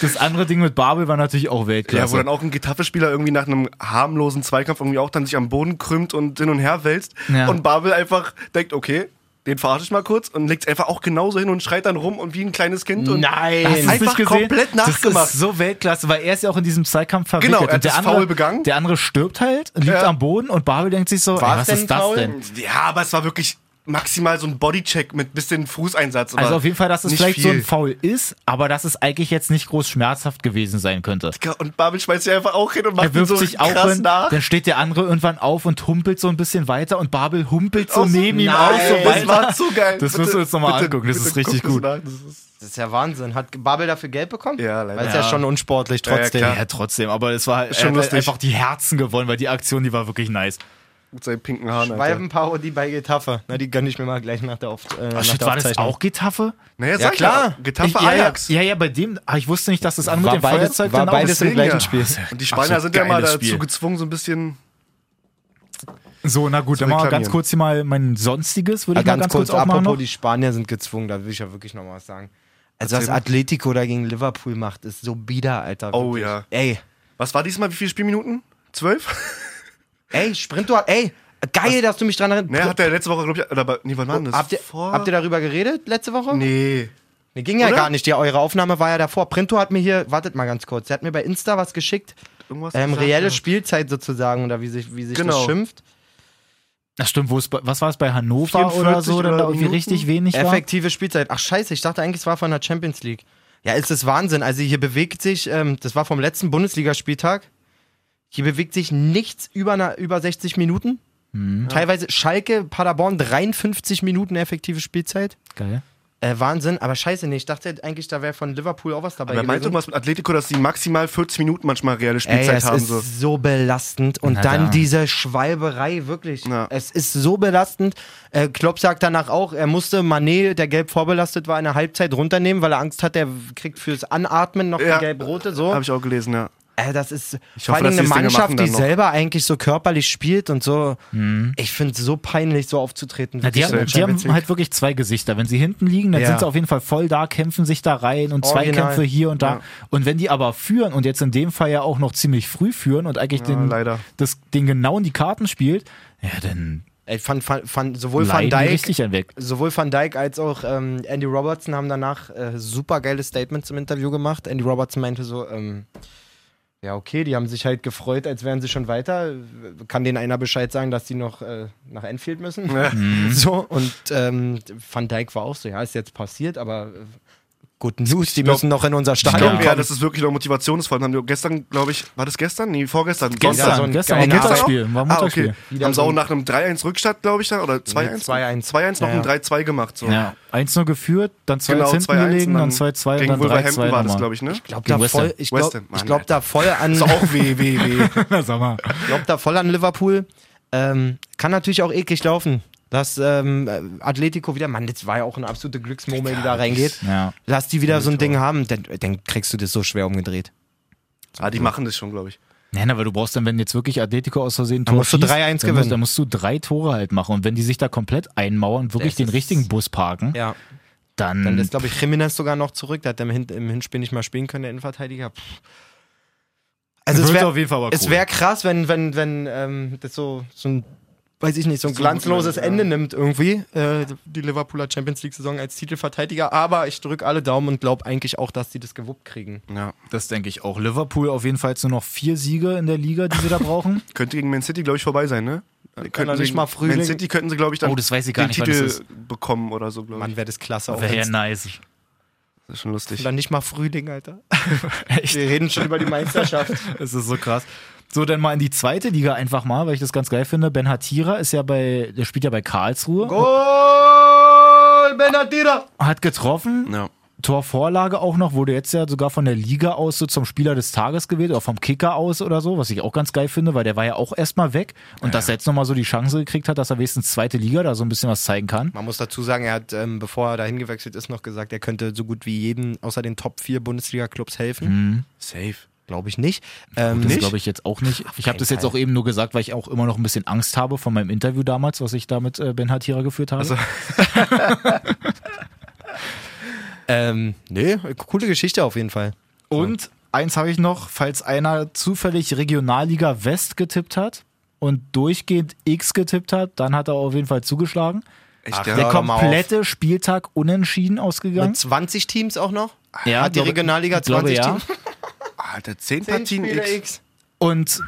S1: Das andere Ding mit Babel war natürlich auch
S3: Ja, wo
S1: Weltklasse.
S3: dann auch ein Getafe-Spieler irgendwie nach einem harmlosen Zweikampf irgendwie auch dann sich am Boden krümmt und hin und her wälzt.
S1: Ja.
S3: Und Babel einfach denkt, okay, den verarsche ich mal kurz und legt einfach auch genauso hin und schreit dann rum und wie ein kleines Kind. Und
S4: Nein.
S1: Hast du es
S3: Einfach
S1: nicht gesehen?
S3: komplett
S1: Das
S3: nachgemacht.
S1: ist so Weltklasse, weil er ist ja auch in diesem Zweikampf verwickelt.
S3: Genau, er hat
S1: und der
S3: das
S1: andere,
S3: Foul begangen.
S1: Der andere stirbt halt, liegt
S3: Ja.
S1: am Boden und Babel denkt sich so, ey,
S4: War's
S1: was
S4: denn
S1: ist das
S4: Foul?
S1: denn?
S3: Ja, aber es war wirklich maximal so ein Bodycheck mit bisschen Fußeinsatz. aber
S1: Also auf jeden Fall, dass es
S3: nicht
S1: vielleicht so ein
S3: viel.
S1: Foul ist, aber dass es eigentlich jetzt nicht groß schmerzhaft gewesen sein könnte.
S3: Und Babel schmeißt sich einfach auch hin und macht
S1: Er wirft
S3: ihn so
S1: sich auch
S3: krass
S1: hin,
S3: nach.
S1: dann steht der andere irgendwann auf und humpelt so ein bisschen weiter und Babel humpelt so
S3: Aus-
S1: neben ihm
S4: Nein.
S1: auf so
S3: das
S1: weiter.
S3: war so geil.
S1: Das müssen wir uns noch mal
S3: bitte,
S1: angucken, das
S3: bitte
S1: ist richtig
S3: guck das
S1: gut.
S3: nach, Das ist
S4: Das ist ja Wahnsinn. Hat Babel dafür Geld bekommen?
S3: Ja, leider.
S4: Weil es ja.
S1: Ja.
S4: schon unsportlich
S3: ja,
S4: trotzdem.
S3: klar.
S1: Ja, trotzdem, aber es war er hat
S3: schon
S1: halt
S3: lustig.
S1: einfach die Herzen gewonnen, weil die Aktion, die war wirklich nice.
S3: Mit seinen pinken Haaren. Alter.
S4: Schwalbenparodie bei Getafe. Na, die gönne ich mir mal gleich nach der, Auf äh, nach
S1: Ach, shit,
S4: der
S1: war das
S4: Aufzeichnung.
S1: auch Getafe?
S3: Naja,
S4: Ja,
S3: sag
S4: klar.
S3: klar. Getafe
S1: ich, ja, ja,
S3: Ajax.
S1: ja, ja, bei dem, ah, ich wusste nicht, dass das andere
S4: War
S1: mit dem
S4: beides-
S1: Feuerzeug
S4: war
S1: genau
S4: beides- im
S3: Deswegen
S4: gleichen
S3: ja.
S4: Spiel.
S3: Und die Spanier
S1: Ach, so
S3: sind ja mal
S1: geiles
S3: dazu
S1: Spiel.
S3: gezwungen, so ein bisschen.
S1: So, na gut,
S3: Zu
S1: dann machen wir
S3: reklamieren.
S1: ganz kurz hier mal mein Sonstiges, würde
S4: Ja,
S1: ich mal
S4: ganz, kurz,
S1: auch
S4: apropos,
S1: machen. Noch.
S4: die Spanier sind gezwungen, da will ich ja wirklich noch mal was sagen. Also, was
S3: Erzähl mal.
S4: Atletico da gegen Liverpool macht, ist so bieder, Alter.
S3: Oh,
S4: wirklich.
S3: ja.
S4: Ey,
S3: Was war diesmal? Wie viele Spielminuten? Zwölf?
S4: ey, Sprintor, ey, geil, dass du mich dran erinnerst.
S3: Ne, hat der letzte Woche, glaube ich. Oder, bei- nee, wann war denn das?
S4: habt, ihr,
S3: Vor-
S4: habt ihr darüber geredet letzte Woche?
S3: Nee.
S4: Nee, ging ja
S3: Oder?
S4: gar nicht. Ja, eure Aufnahme war ja davor. Printo hat mir hier, wartet mal ganz kurz, der hat mir bei Insta was geschickt.
S3: Irgendwas
S4: Ähm,
S3: gesagt?
S4: reelle Spielzeit sozusagen oder wie sich, wie sich das
S3: Genau.
S4: schimpft.
S1: Na stimmt, wo es, bei- was war es bei Hannover
S3: 44
S1: oder so,
S3: oder
S1: dann da irgendwie
S3: Minuten?
S1: richtig wenig war?
S4: Effektive Spielzeit. Ach scheiße, ich dachte eigentlich, es war von der Champions League. Ja, ist das Wahnsinn. Also hier bewegt sich, ähm, das war vom letzten Bundesligaspieltag, hier bewegt sich nichts über, einer- über 60 Minuten. Teilweise Schalke, Paderborn 53 Minuten effektive Spielzeit.
S1: Geil.
S4: Äh, Wahnsinn, aber scheiße, nee, ich dachte eigentlich, da wäre von Liverpool auch was dabei
S3: Aber er meinte
S4: gewesen.
S3: irgendwas mit Atletico, dass die maximal 40 Minuten manchmal reelle
S4: Ey,
S3: Spielzeit
S4: es
S3: haben.
S4: ist
S3: So.
S4: so. belastend. Und
S1: Na
S4: dann
S1: da.
S4: diese Schwalberei, wirklich.
S3: Ja.
S4: Es ist so belastend. Äh, Klopp sagt danach auch, er musste Manet, der gelb vorbelastet war, in der Halbzeit runternehmen, weil er Angst hat, er kriegt fürs Anatmen noch
S3: Ja.
S4: die gelb-rote. So.
S3: Habe ich auch gelesen, ja.
S4: Äh, das ist
S3: Ich
S4: vor
S3: hoffe,
S4: allem
S3: dass
S4: eine
S3: sie das Ding machen
S4: Mannschaft,
S3: dann
S4: die
S3: noch. Mhm.
S4: selber eigentlich so körperlich spielt und so. Ich finde es so peinlich, so aufzutreten.
S1: Na, die
S4: wirklich.
S1: haben, die haben halt wirklich zwei Gesichter. Wenn sie hinten liegen, dann
S4: Ja.
S1: sind sie auf jeden Fall voll da, kämpfen sich da rein und
S4: Original.
S1: Zweikämpfe hier und da.
S3: Ja.
S1: Und wenn die aber führen und jetzt in dem Fall ja auch noch ziemlich früh führen und eigentlich den,
S3: leider.
S1: Das, den genau in die Karten spielt, ja, dann
S4: Ey, fand, fand, fand, sowohl
S1: leiden
S4: Van
S1: die
S4: Dijk
S1: richtig einen weg.
S4: sowohl Van Dijk als auch ähm, Andy Robertson haben danach äh, super geiles Statement zum Interview gemacht. Andy Robertson meinte so, ähm, ja okay, die haben sich halt gefreut, als wären sie schon weiter. Kann denen einer Bescheid sagen, dass die noch äh, nach Enfield müssen?
S3: Mhm.
S4: So und ähm, Van Dijk war auch so, ja ist jetzt passiert, aber äh, Good News, die
S3: glaub-
S4: müssen noch in unser
S3: Ich
S4: Stadion
S3: glaube,
S1: Ja.
S3: ja.
S4: kommen.
S3: das ist wirklich noch motivationsvoll. Dann haben wir gestern, glaube ich, war das gestern? Nee, vorgestern.
S1: Gestern,
S4: Ja, so ein
S1: gestern,
S4: geiler-
S1: Montagsspiel, war Montagsspiel.
S3: Ah, okay.
S4: Wieder
S3: Haben sie
S4: so
S3: auch
S4: ein-
S3: nach einem 3-1 Rückstand, glaube ich, dann, oder 2-1?
S4: 2-1.
S3: 2-1 noch
S4: Ja, ja.
S3: ein 3-2 gemacht. So.
S1: Ja. 1-0 geführt, dann 2-1
S3: Genau,
S1: hinten
S3: 2-1
S1: gelegen,
S3: und
S1: dann
S3: dann
S1: 2-2 und
S3: Gegen
S1: dann 3-2
S3: Wolverhampton war das,
S1: nochmal.
S3: glaube ich, ne?
S4: Ich glaube
S1: Gegen
S4: da
S1: West Ham.
S4: voll, ich
S3: West
S4: glaube
S3: Ham, Mann,
S4: glaub da voll an.
S3: Ist auch weh, weh, weh.
S1: Na, sag mal.
S4: glaubt da voll an Liverpool. Ähm, kann natürlich auch eklig laufen, dass ähm, Atletico wieder, Mann, das war ja auch eine absolute Glücksmurmel, die da reingeht.
S1: Ja.
S4: Lass die wieder so ein Ding haben, dann, dann kriegst du das so schwer umgedreht.
S3: Ah, die machen das schon, glaube ich.
S1: Nein, aber du brauchst dann, wenn jetzt wirklich Atletico aus Versehen ein Tor
S4: musst du
S1: schießt,
S4: 3-1
S1: dann musst-
S4: gewinnen.
S1: Dann musst du drei Tore halt machen. Und wenn die sich da komplett einmauern, wirklich
S4: Das
S1: den
S4: ist-
S1: richtigen Bus parken,
S4: Ja.
S1: dann,
S4: Dann ist, glaube ich, Jimenez sogar noch zurück. Der hat im, Hin im Hinspiel nicht mal spielen können, der Innenverteidiger. Pff. Also es
S1: Wird
S4: wäre
S1: auf jeden Fall aber
S4: es
S1: cool.
S4: wär krass, wenn, wenn, wenn ähm, das so, so ein, weiß ich nicht, so ein glanzloses
S3: ja.
S4: Ende nimmt irgendwie. Äh, die Liverpooler Champions League-Saison als Titelverteidiger. Aber ich drücke alle Daumen und glaube eigentlich auch, dass die das gewuppt kriegen.
S3: Ja.
S1: das denke ich auch. Liverpool auf jeden Fall jetzt nur noch vier Siege in der Liga, die sie da brauchen.
S3: Könnte gegen Man City, glaube ich, vorbei sein, ne? Könnten
S4: doch nicht
S3: sie-
S4: mal Frühling-
S3: Man City könnten sie, glaube ich, dann
S1: Oh, das weiß ich gar
S3: den
S1: nicht, wann das
S3: Titel
S1: ist.
S3: bekommen oder so, glaube ich.
S4: Mann, wäre das klasse. Auch
S1: Wäre ja
S4: wenn's-
S1: nice.
S3: Das ist schon lustig.
S4: Dann nicht mal Frühling, Alter.
S1: Echt?
S4: Wir reden schon über die Meisterschaft.
S1: Das ist so krass. So, dann mal in die zweite Liga einfach mal, weil ich das ganz geil finde. Ben Hatira ist ja bei, der spielt ja bei Karlsruhe.
S4: Goal, Benadira!
S1: Hat getroffen,
S3: Ja.
S1: Torvorlage auch noch, wurde jetzt ja sogar von der Liga aus so zum Spieler des Tages gewählt oder vom Kicker aus oder so, was ich auch ganz geil finde, weil der war ja auch erstmal weg und dass er jetzt nochmal so die Chance gekriegt hat, dass er wenigstens zweite Liga da so ein bisschen was zeigen kann.
S4: Man muss dazu sagen, er hat, ähm, bevor er dahin gewechselt ist, noch gesagt, er könnte so gut wie jedem außer den Top 4 Bundesliga-Clubs helfen.
S3: Safe.
S4: Glaube ich nicht. Ähm,
S1: Mhm. Das
S4: nicht?
S1: glaube ich jetzt auch nicht. Ich habe
S4: keinen
S1: das jetzt
S4: Fall.
S1: auch eben nur gesagt, weil ich auch immer noch ein bisschen Angst habe von meinem Interview damals, was ich da mit äh, Ben Hatira geführt habe.
S4: Ähm, nee, coole Geschichte auf jeden Fall.
S1: Und eins habe ich noch, falls einer zufällig Regionalliga West getippt hat und durchgehend X getippt hat, dann hat er auf jeden Fall zugeschlagen.
S3: Echt,
S4: Ach,
S3: ja.
S1: Der
S4: hör doch mal auf.
S1: komplette Spieltag unentschieden ausgegangen.
S4: Mit 20 Teams auch noch?
S1: Ja,
S4: hat die
S1: glaube-
S4: Regionalliga
S1: glaube,
S4: 20
S1: ja.
S4: Teams?
S3: Alter, 10 Partien X.
S1: Und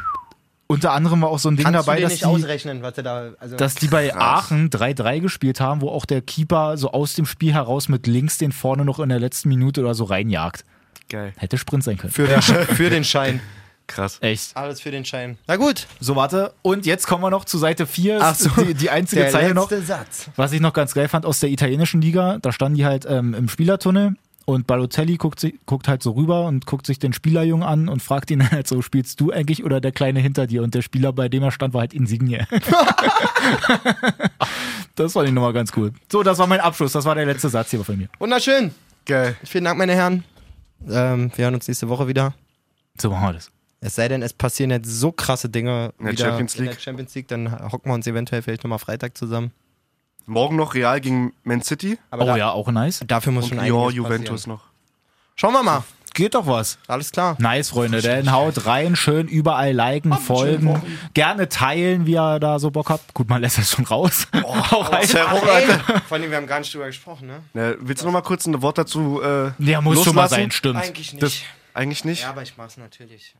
S1: unter anderem war auch so ein Ding
S4: Kannst
S1: dabei,
S4: du dir
S1: dass
S4: nicht
S1: die,
S4: ausrechnen, was er da... Also
S1: dass die bei
S3: Krass.
S1: Aachen 3-3 gespielt haben, wo auch der Keeper so aus dem Spiel heraus mit links den vorne noch in der letzten Minute oder so reinjagt.
S3: Geil.
S1: Hätte Sprint sein können.
S4: für, den, für den Schein.
S3: Krass.
S1: Echt.
S4: Alles für den Schein. Na gut.
S1: So, warte. Und jetzt kommen wir noch zu Seite 4.
S4: Ach so.
S1: die, die einzige Zeile noch.
S4: Satz.
S1: Was ich noch ganz geil fand aus der italienischen Liga, da standen die halt ähm, im Spielertunnel Und Balotelli guckt, sich, guckt halt so rüber und guckt sich den Spielerjungen an und fragt ihn halt so, spielst du eigentlich oder der Kleine hinter dir? Und der Spieler, bei dem er stand, war halt Insigne. das fand ich nochmal ganz cool. So, das war mein Abschluss. Das war der letzte Satz hier von mir.
S4: Wunderschön.
S3: Geil.
S4: Vielen Dank, meine Herren. Ähm, wir hören uns nächste Woche wieder.
S1: So machen wir das.
S4: Es sei denn, es passieren jetzt so krasse Dinge
S3: der
S4: wieder
S3: Champions
S4: in der
S3: League.
S4: Champions League, dann hocken wir uns eventuell vielleicht nochmal Freitag zusammen.
S3: Morgen noch Real gegen Man City
S4: Aber
S1: oh
S4: da,
S1: ja, auch nice.
S4: dafür muss
S3: und
S4: schon
S3: Lyon,
S4: einiges
S3: Juventus
S4: passieren.
S3: noch.
S4: Schauen wir mal.
S1: Geht doch was.
S4: Alles klar.
S1: Nice, Freunde. Dann haut rein, schön überall liken, folgen, gerne teilen, wie ihr da so Bock habt. Gut, man lässt das schon raus. Hau rein.
S3: Terror,
S4: Ey,
S3: Alter.
S4: Vor allem, wir haben gar nicht drüber gesprochen, ne?
S3: Ne, willst du noch mal kurz ein Wort dazu äh,
S1: Ja, muss schon mal
S3: loslassen?
S1: sein, stimmt.
S4: Eigentlich nicht.
S3: Das- Eigentlich nicht.
S4: ja, aber ich mach's natürlich.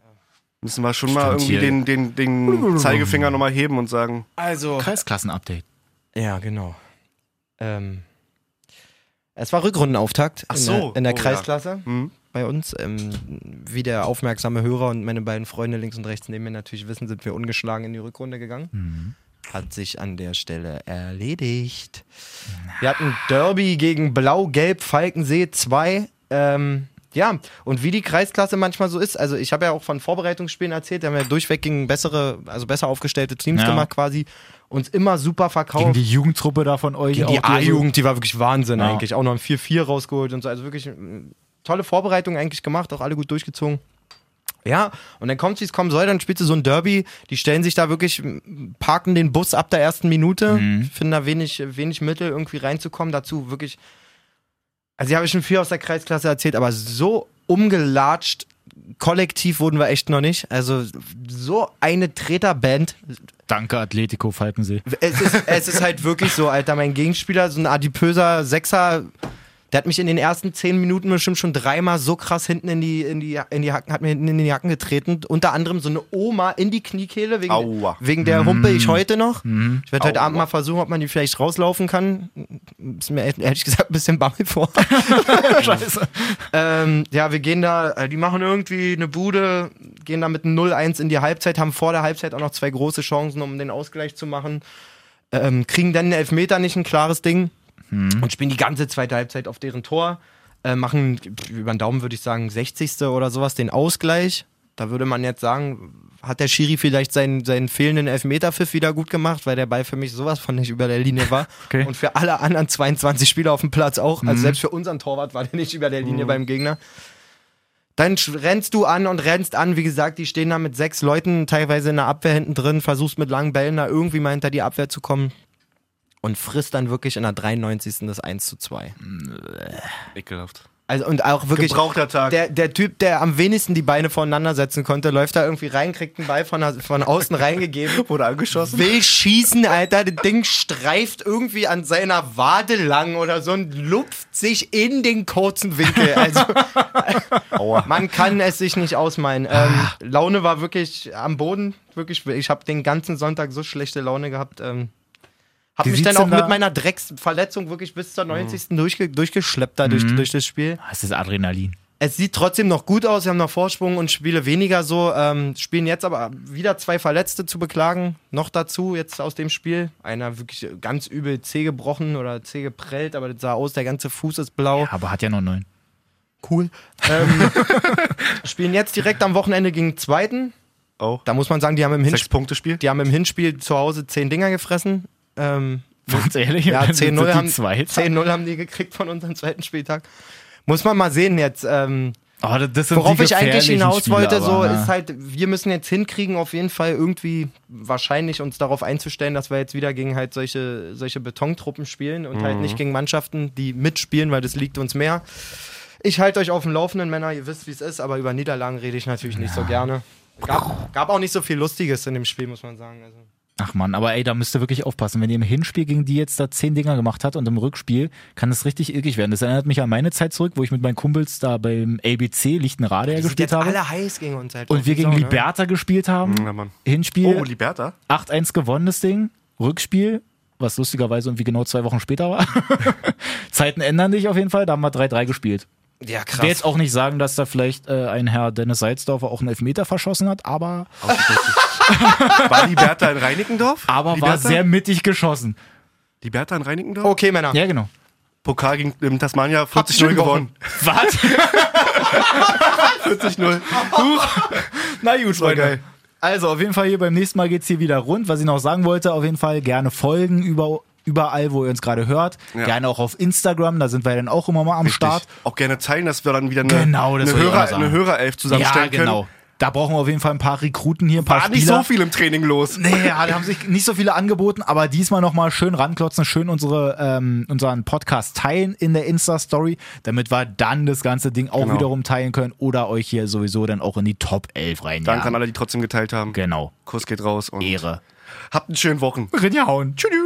S3: Müssen wir schon mal
S1: Stimmt,
S3: irgendwie
S1: hier.
S3: den, den, den Zeigefinger nochmal heben und sagen,
S4: Also.
S1: Kreisklassen-Update.
S4: Ja, genau. Ähm, es war Rückrundenauftakt
S3: Ach
S4: in,
S3: so.
S4: der, in der
S3: Oh, ja.
S4: Kreisklasse
S3: hm,
S4: bei uns. Ähm, wie der aufmerksame Hörer und meine beiden Freunde links und rechts neben mir natürlich wissen, sind wir ungeschlagen in die Rückrunde gegangen. Hat sich an der Stelle erledigt. Wir hatten Derby gegen Blau-Gelb Falkensee 2. Ähm, ja, und wie die Kreisklasse manchmal so ist, also ich habe ja auch von Vorbereitungsspielen erzählt, da haben wir durchweg gegen bessere, also besser aufgestellte Teams
S1: Ja.
S4: gemacht quasi, uns immer super verkauft.
S1: Gegen die Jugendtruppe da von euch.
S4: Gegen die
S1: auch, so-
S4: A-Jugend, die war wirklich Wahnsinn
S1: Ja.
S4: eigentlich. Auch noch ein 4-4 rausgeholt und so. Also wirklich mm, tolle Vorbereitung eigentlich gemacht, auch alle gut durchgezogen. Ja, und dann kommt, wie es kommen soll, dann spielst du so ein Derby. Die stellen sich da wirklich, mm, parken den Bus ab der ersten Minute, finden da wenig, wenig Mittel, irgendwie reinzukommen. Dazu wirklich, also ich habe schon viel aus der Kreisklasse erzählt, aber so umgelatscht, kollektiv wurden wir echt noch nicht. Also so eine Treterband,
S1: Danke, Atletico Falkensee.
S4: es ist, es ist halt wirklich so, Alter. Mein Gegenspieler, so ein adipöser Sechser, der hat mich in den ersten zehn Minuten bestimmt schon dreimal so krass hinten in die, in die, in die Hacken, hat mir hinten in die Hacken getreten. Unter anderem so eine Oma in die Kniekehle, wegen,
S3: aua. Mhm.
S4: wegen der humpe ich heute noch. Ich werde heute
S3: Aua.
S4: Abend mal versuchen, ob man die vielleicht rauslaufen kann. Ist mir ehrlich gesagt ein bisschen Bammel vor.
S1: Scheiße.
S4: Ähm, ja, wir gehen da, äh, die machen irgendwie eine Bude, gehen da mit einem 0-1 in die Halbzeit, haben vor der Halbzeit auch noch zwei große Chancen, um den Ausgleich zu machen. Ähm, kriegen dann den Elfmeter nicht ein klares Ding und spielen die ganze zweite Halbzeit auf deren Tor. Äh, machen über den Daumen würde ich sagen 60. oder sowas den Ausgleich. Da würde man jetzt sagen, hat der Schiri vielleicht seinen, seinen fehlenden Elfmeterpfiff wieder gut gemacht, weil der Ball für mich sowas von nicht über der Linie war.
S1: Okay.
S4: Und für alle anderen 22 Spieler auf dem Platz auch. Also selbst für unseren Torwart war der nicht über der Linie beim Gegner. Dann sch- rennst du an und rennst an. Wie gesagt, die stehen da mit sechs Leuten teilweise in der Abwehr hinten drin, versuchst mit langen Bällen da irgendwie mal hinter die Abwehr zu kommen und frisst dann wirklich in der 93. das 1 zu 2.
S3: Ekelhaft.
S4: Also und auch wirklich.
S3: Gebrauchter Tag.
S4: Der, der Typ, der am wenigsten die Beine voneinander setzen konnte, läuft da irgendwie rein, kriegt einen Ball von, der- von außen reingegeben.
S3: Wurde angeschossen.
S4: Will schießen, Alter. Das Ding streift irgendwie an seiner Wade lang oder so und lupft sich in den kurzen Winkel. Also,
S3: Aua.
S4: man kann es sich nicht ausmalen. Ähm, Laune war wirklich am Boden. Wirklich, ich habe den ganzen Sonntag so schlechte Laune gehabt. Ähm, hab
S1: Wie
S4: mich
S1: sieht's
S4: dann auch
S1: denn da-
S4: mit meiner Drecksverletzung wirklich bis zur 90. Durchge durchgeschleppt da durch, durch das Spiel.
S1: Das ist Adrenalin.
S4: Es sieht trotzdem noch gut aus, wir haben noch Vorsprung und Spiele weniger so. Ähm, spielen jetzt aber wieder zwei Verletzte zu beklagen. Noch dazu, jetzt aus dem Spiel. Einer wirklich ganz übel zäh gebrochen oder zäh geprellt, aber das sah aus, der ganze Fuß ist blau
S1: Aber hat ja noch neun.
S4: cool. Ähm, spielen jetzt direkt am Wochenende gegen den zweiten.
S3: Oh.
S4: Da muss man sagen, die haben im
S3: Sechs
S4: Hinspiel,
S3: Punkte Spiel.
S4: die haben im Hinspiel zu Hause zehn Dinger gefressen. Ähm,
S1: Ganz ehrlich,
S4: ja,
S1: dann sind
S4: 10-0
S1: die
S4: haben,
S1: Zweite.
S4: 10-0 haben die gekriegt von unserem zweiten Spieltag. Muss man mal sehen jetzt. Ähm,
S1: Oh, das- das sind
S4: Worauf
S1: die
S4: ich eigentlich
S1: gefährlichen ne?
S4: hinaus
S1: Spiele,
S4: wollte,
S1: aber,
S4: so
S1: na.
S4: ist halt, wir müssen jetzt hinkriegen, auf jeden Fall irgendwie wahrscheinlich uns darauf einzustellen, dass wir jetzt wieder gegen halt solche, solche Betontruppen spielen und
S1: Mhm.
S4: halt nicht gegen Mannschaften, die mitspielen, weil das liegt uns mehr. Ich halte euch auf dem Laufenden, Männer, ihr wisst, wie es ist, aber über Niederlagen rede ich natürlich nicht so gerne. Gab, gab auch nicht so viel Lustiges in dem Spiel, muss man sagen. Also,
S1: Ach man, aber ey, da müsst ihr wirklich aufpassen. Wenn ihr im Hinspiel gegen die jetzt da zehn Dinger gemacht hat und im Rückspiel, kann das richtig irkig werden. Das erinnert mich an meine Zeit zurück, wo ich mit meinen Kumpels da beim LBC Lichtenrade ja
S4: die sind
S1: gespielt
S4: jetzt
S1: habe.
S4: alle heiß gegen uns halt.
S1: Und wir gegen
S4: Sau, ne?
S1: Liberta gespielt haben.
S3: Ja, Hm, Mann.
S1: Hinspiel
S3: Oh, Liberta.
S1: 8-1 gewonnenes Ding. Rückspiel, was lustigerweise irgendwie genau zwei Wochen später war. Zeiten ändern sich auf jeden Fall. Da haben wir 3-3 gespielt.
S4: ne? Ja,
S1: Ich will
S4: krass.
S1: jetzt auch nicht sagen, dass da vielleicht äh, ein Herr Dennis Salzdorfer auch einen Elfmeter verschossen hat, aber,
S3: War Liberta in Reinickendorf?
S1: aber war Oh.
S3: Liberta?
S1: sehr mittig geschossen.
S3: Liberta in Reinickendorf?
S4: Okay, Männer.
S1: Ja, genau.
S3: Pokal gegen ähm, Tasmania
S4: Habt ihr
S3: 40-0
S4: schon
S3: gewonnen.
S1: Was?
S3: 40-0. Huch.
S1: Na gut,
S3: war
S1: Freunde.
S3: geil.
S1: Also auf jeden Fall hier beim nächsten Mal geht's hier wieder rund. Was ich noch sagen wollte, auf jeden Fall gerne folgen über, überall, wo ihr uns gerade hört.
S3: Ja.
S1: Gerne auch auf Instagram, da sind wir dann auch immer mal am Start.
S3: Auch gerne zeigen, dass wir dann wieder eine,
S1: Genau, das
S3: eine,
S1: wollte ich auch
S3: Hörer,
S1: sagen.
S3: eine Hörerelf
S1: Ja,
S3: zusammenstellen
S1: genau.
S3: können.
S1: Da brauchen wir auf jeden Fall ein paar Rekruten hier, ein paar
S3: War nicht
S1: Spieler.
S3: so viel im Training los.
S1: Nee, ja, da haben sich nicht so viele angeboten, aber diesmal nochmal schön ranklotzen, schön unsere, ähm, unseren Podcast teilen in der Insta-Story, damit wir dann das ganze Ding auch
S3: Genau.
S1: wiederum teilen können oder euch hier sowieso dann auch in die Top 11 reinjagen.
S3: Danke an alle, die trotzdem geteilt haben.
S1: Genau.
S3: Kuss geht raus und
S1: Ehre.
S3: habt einen schönen Wochen.
S1: Rinjahauen. Tschüss.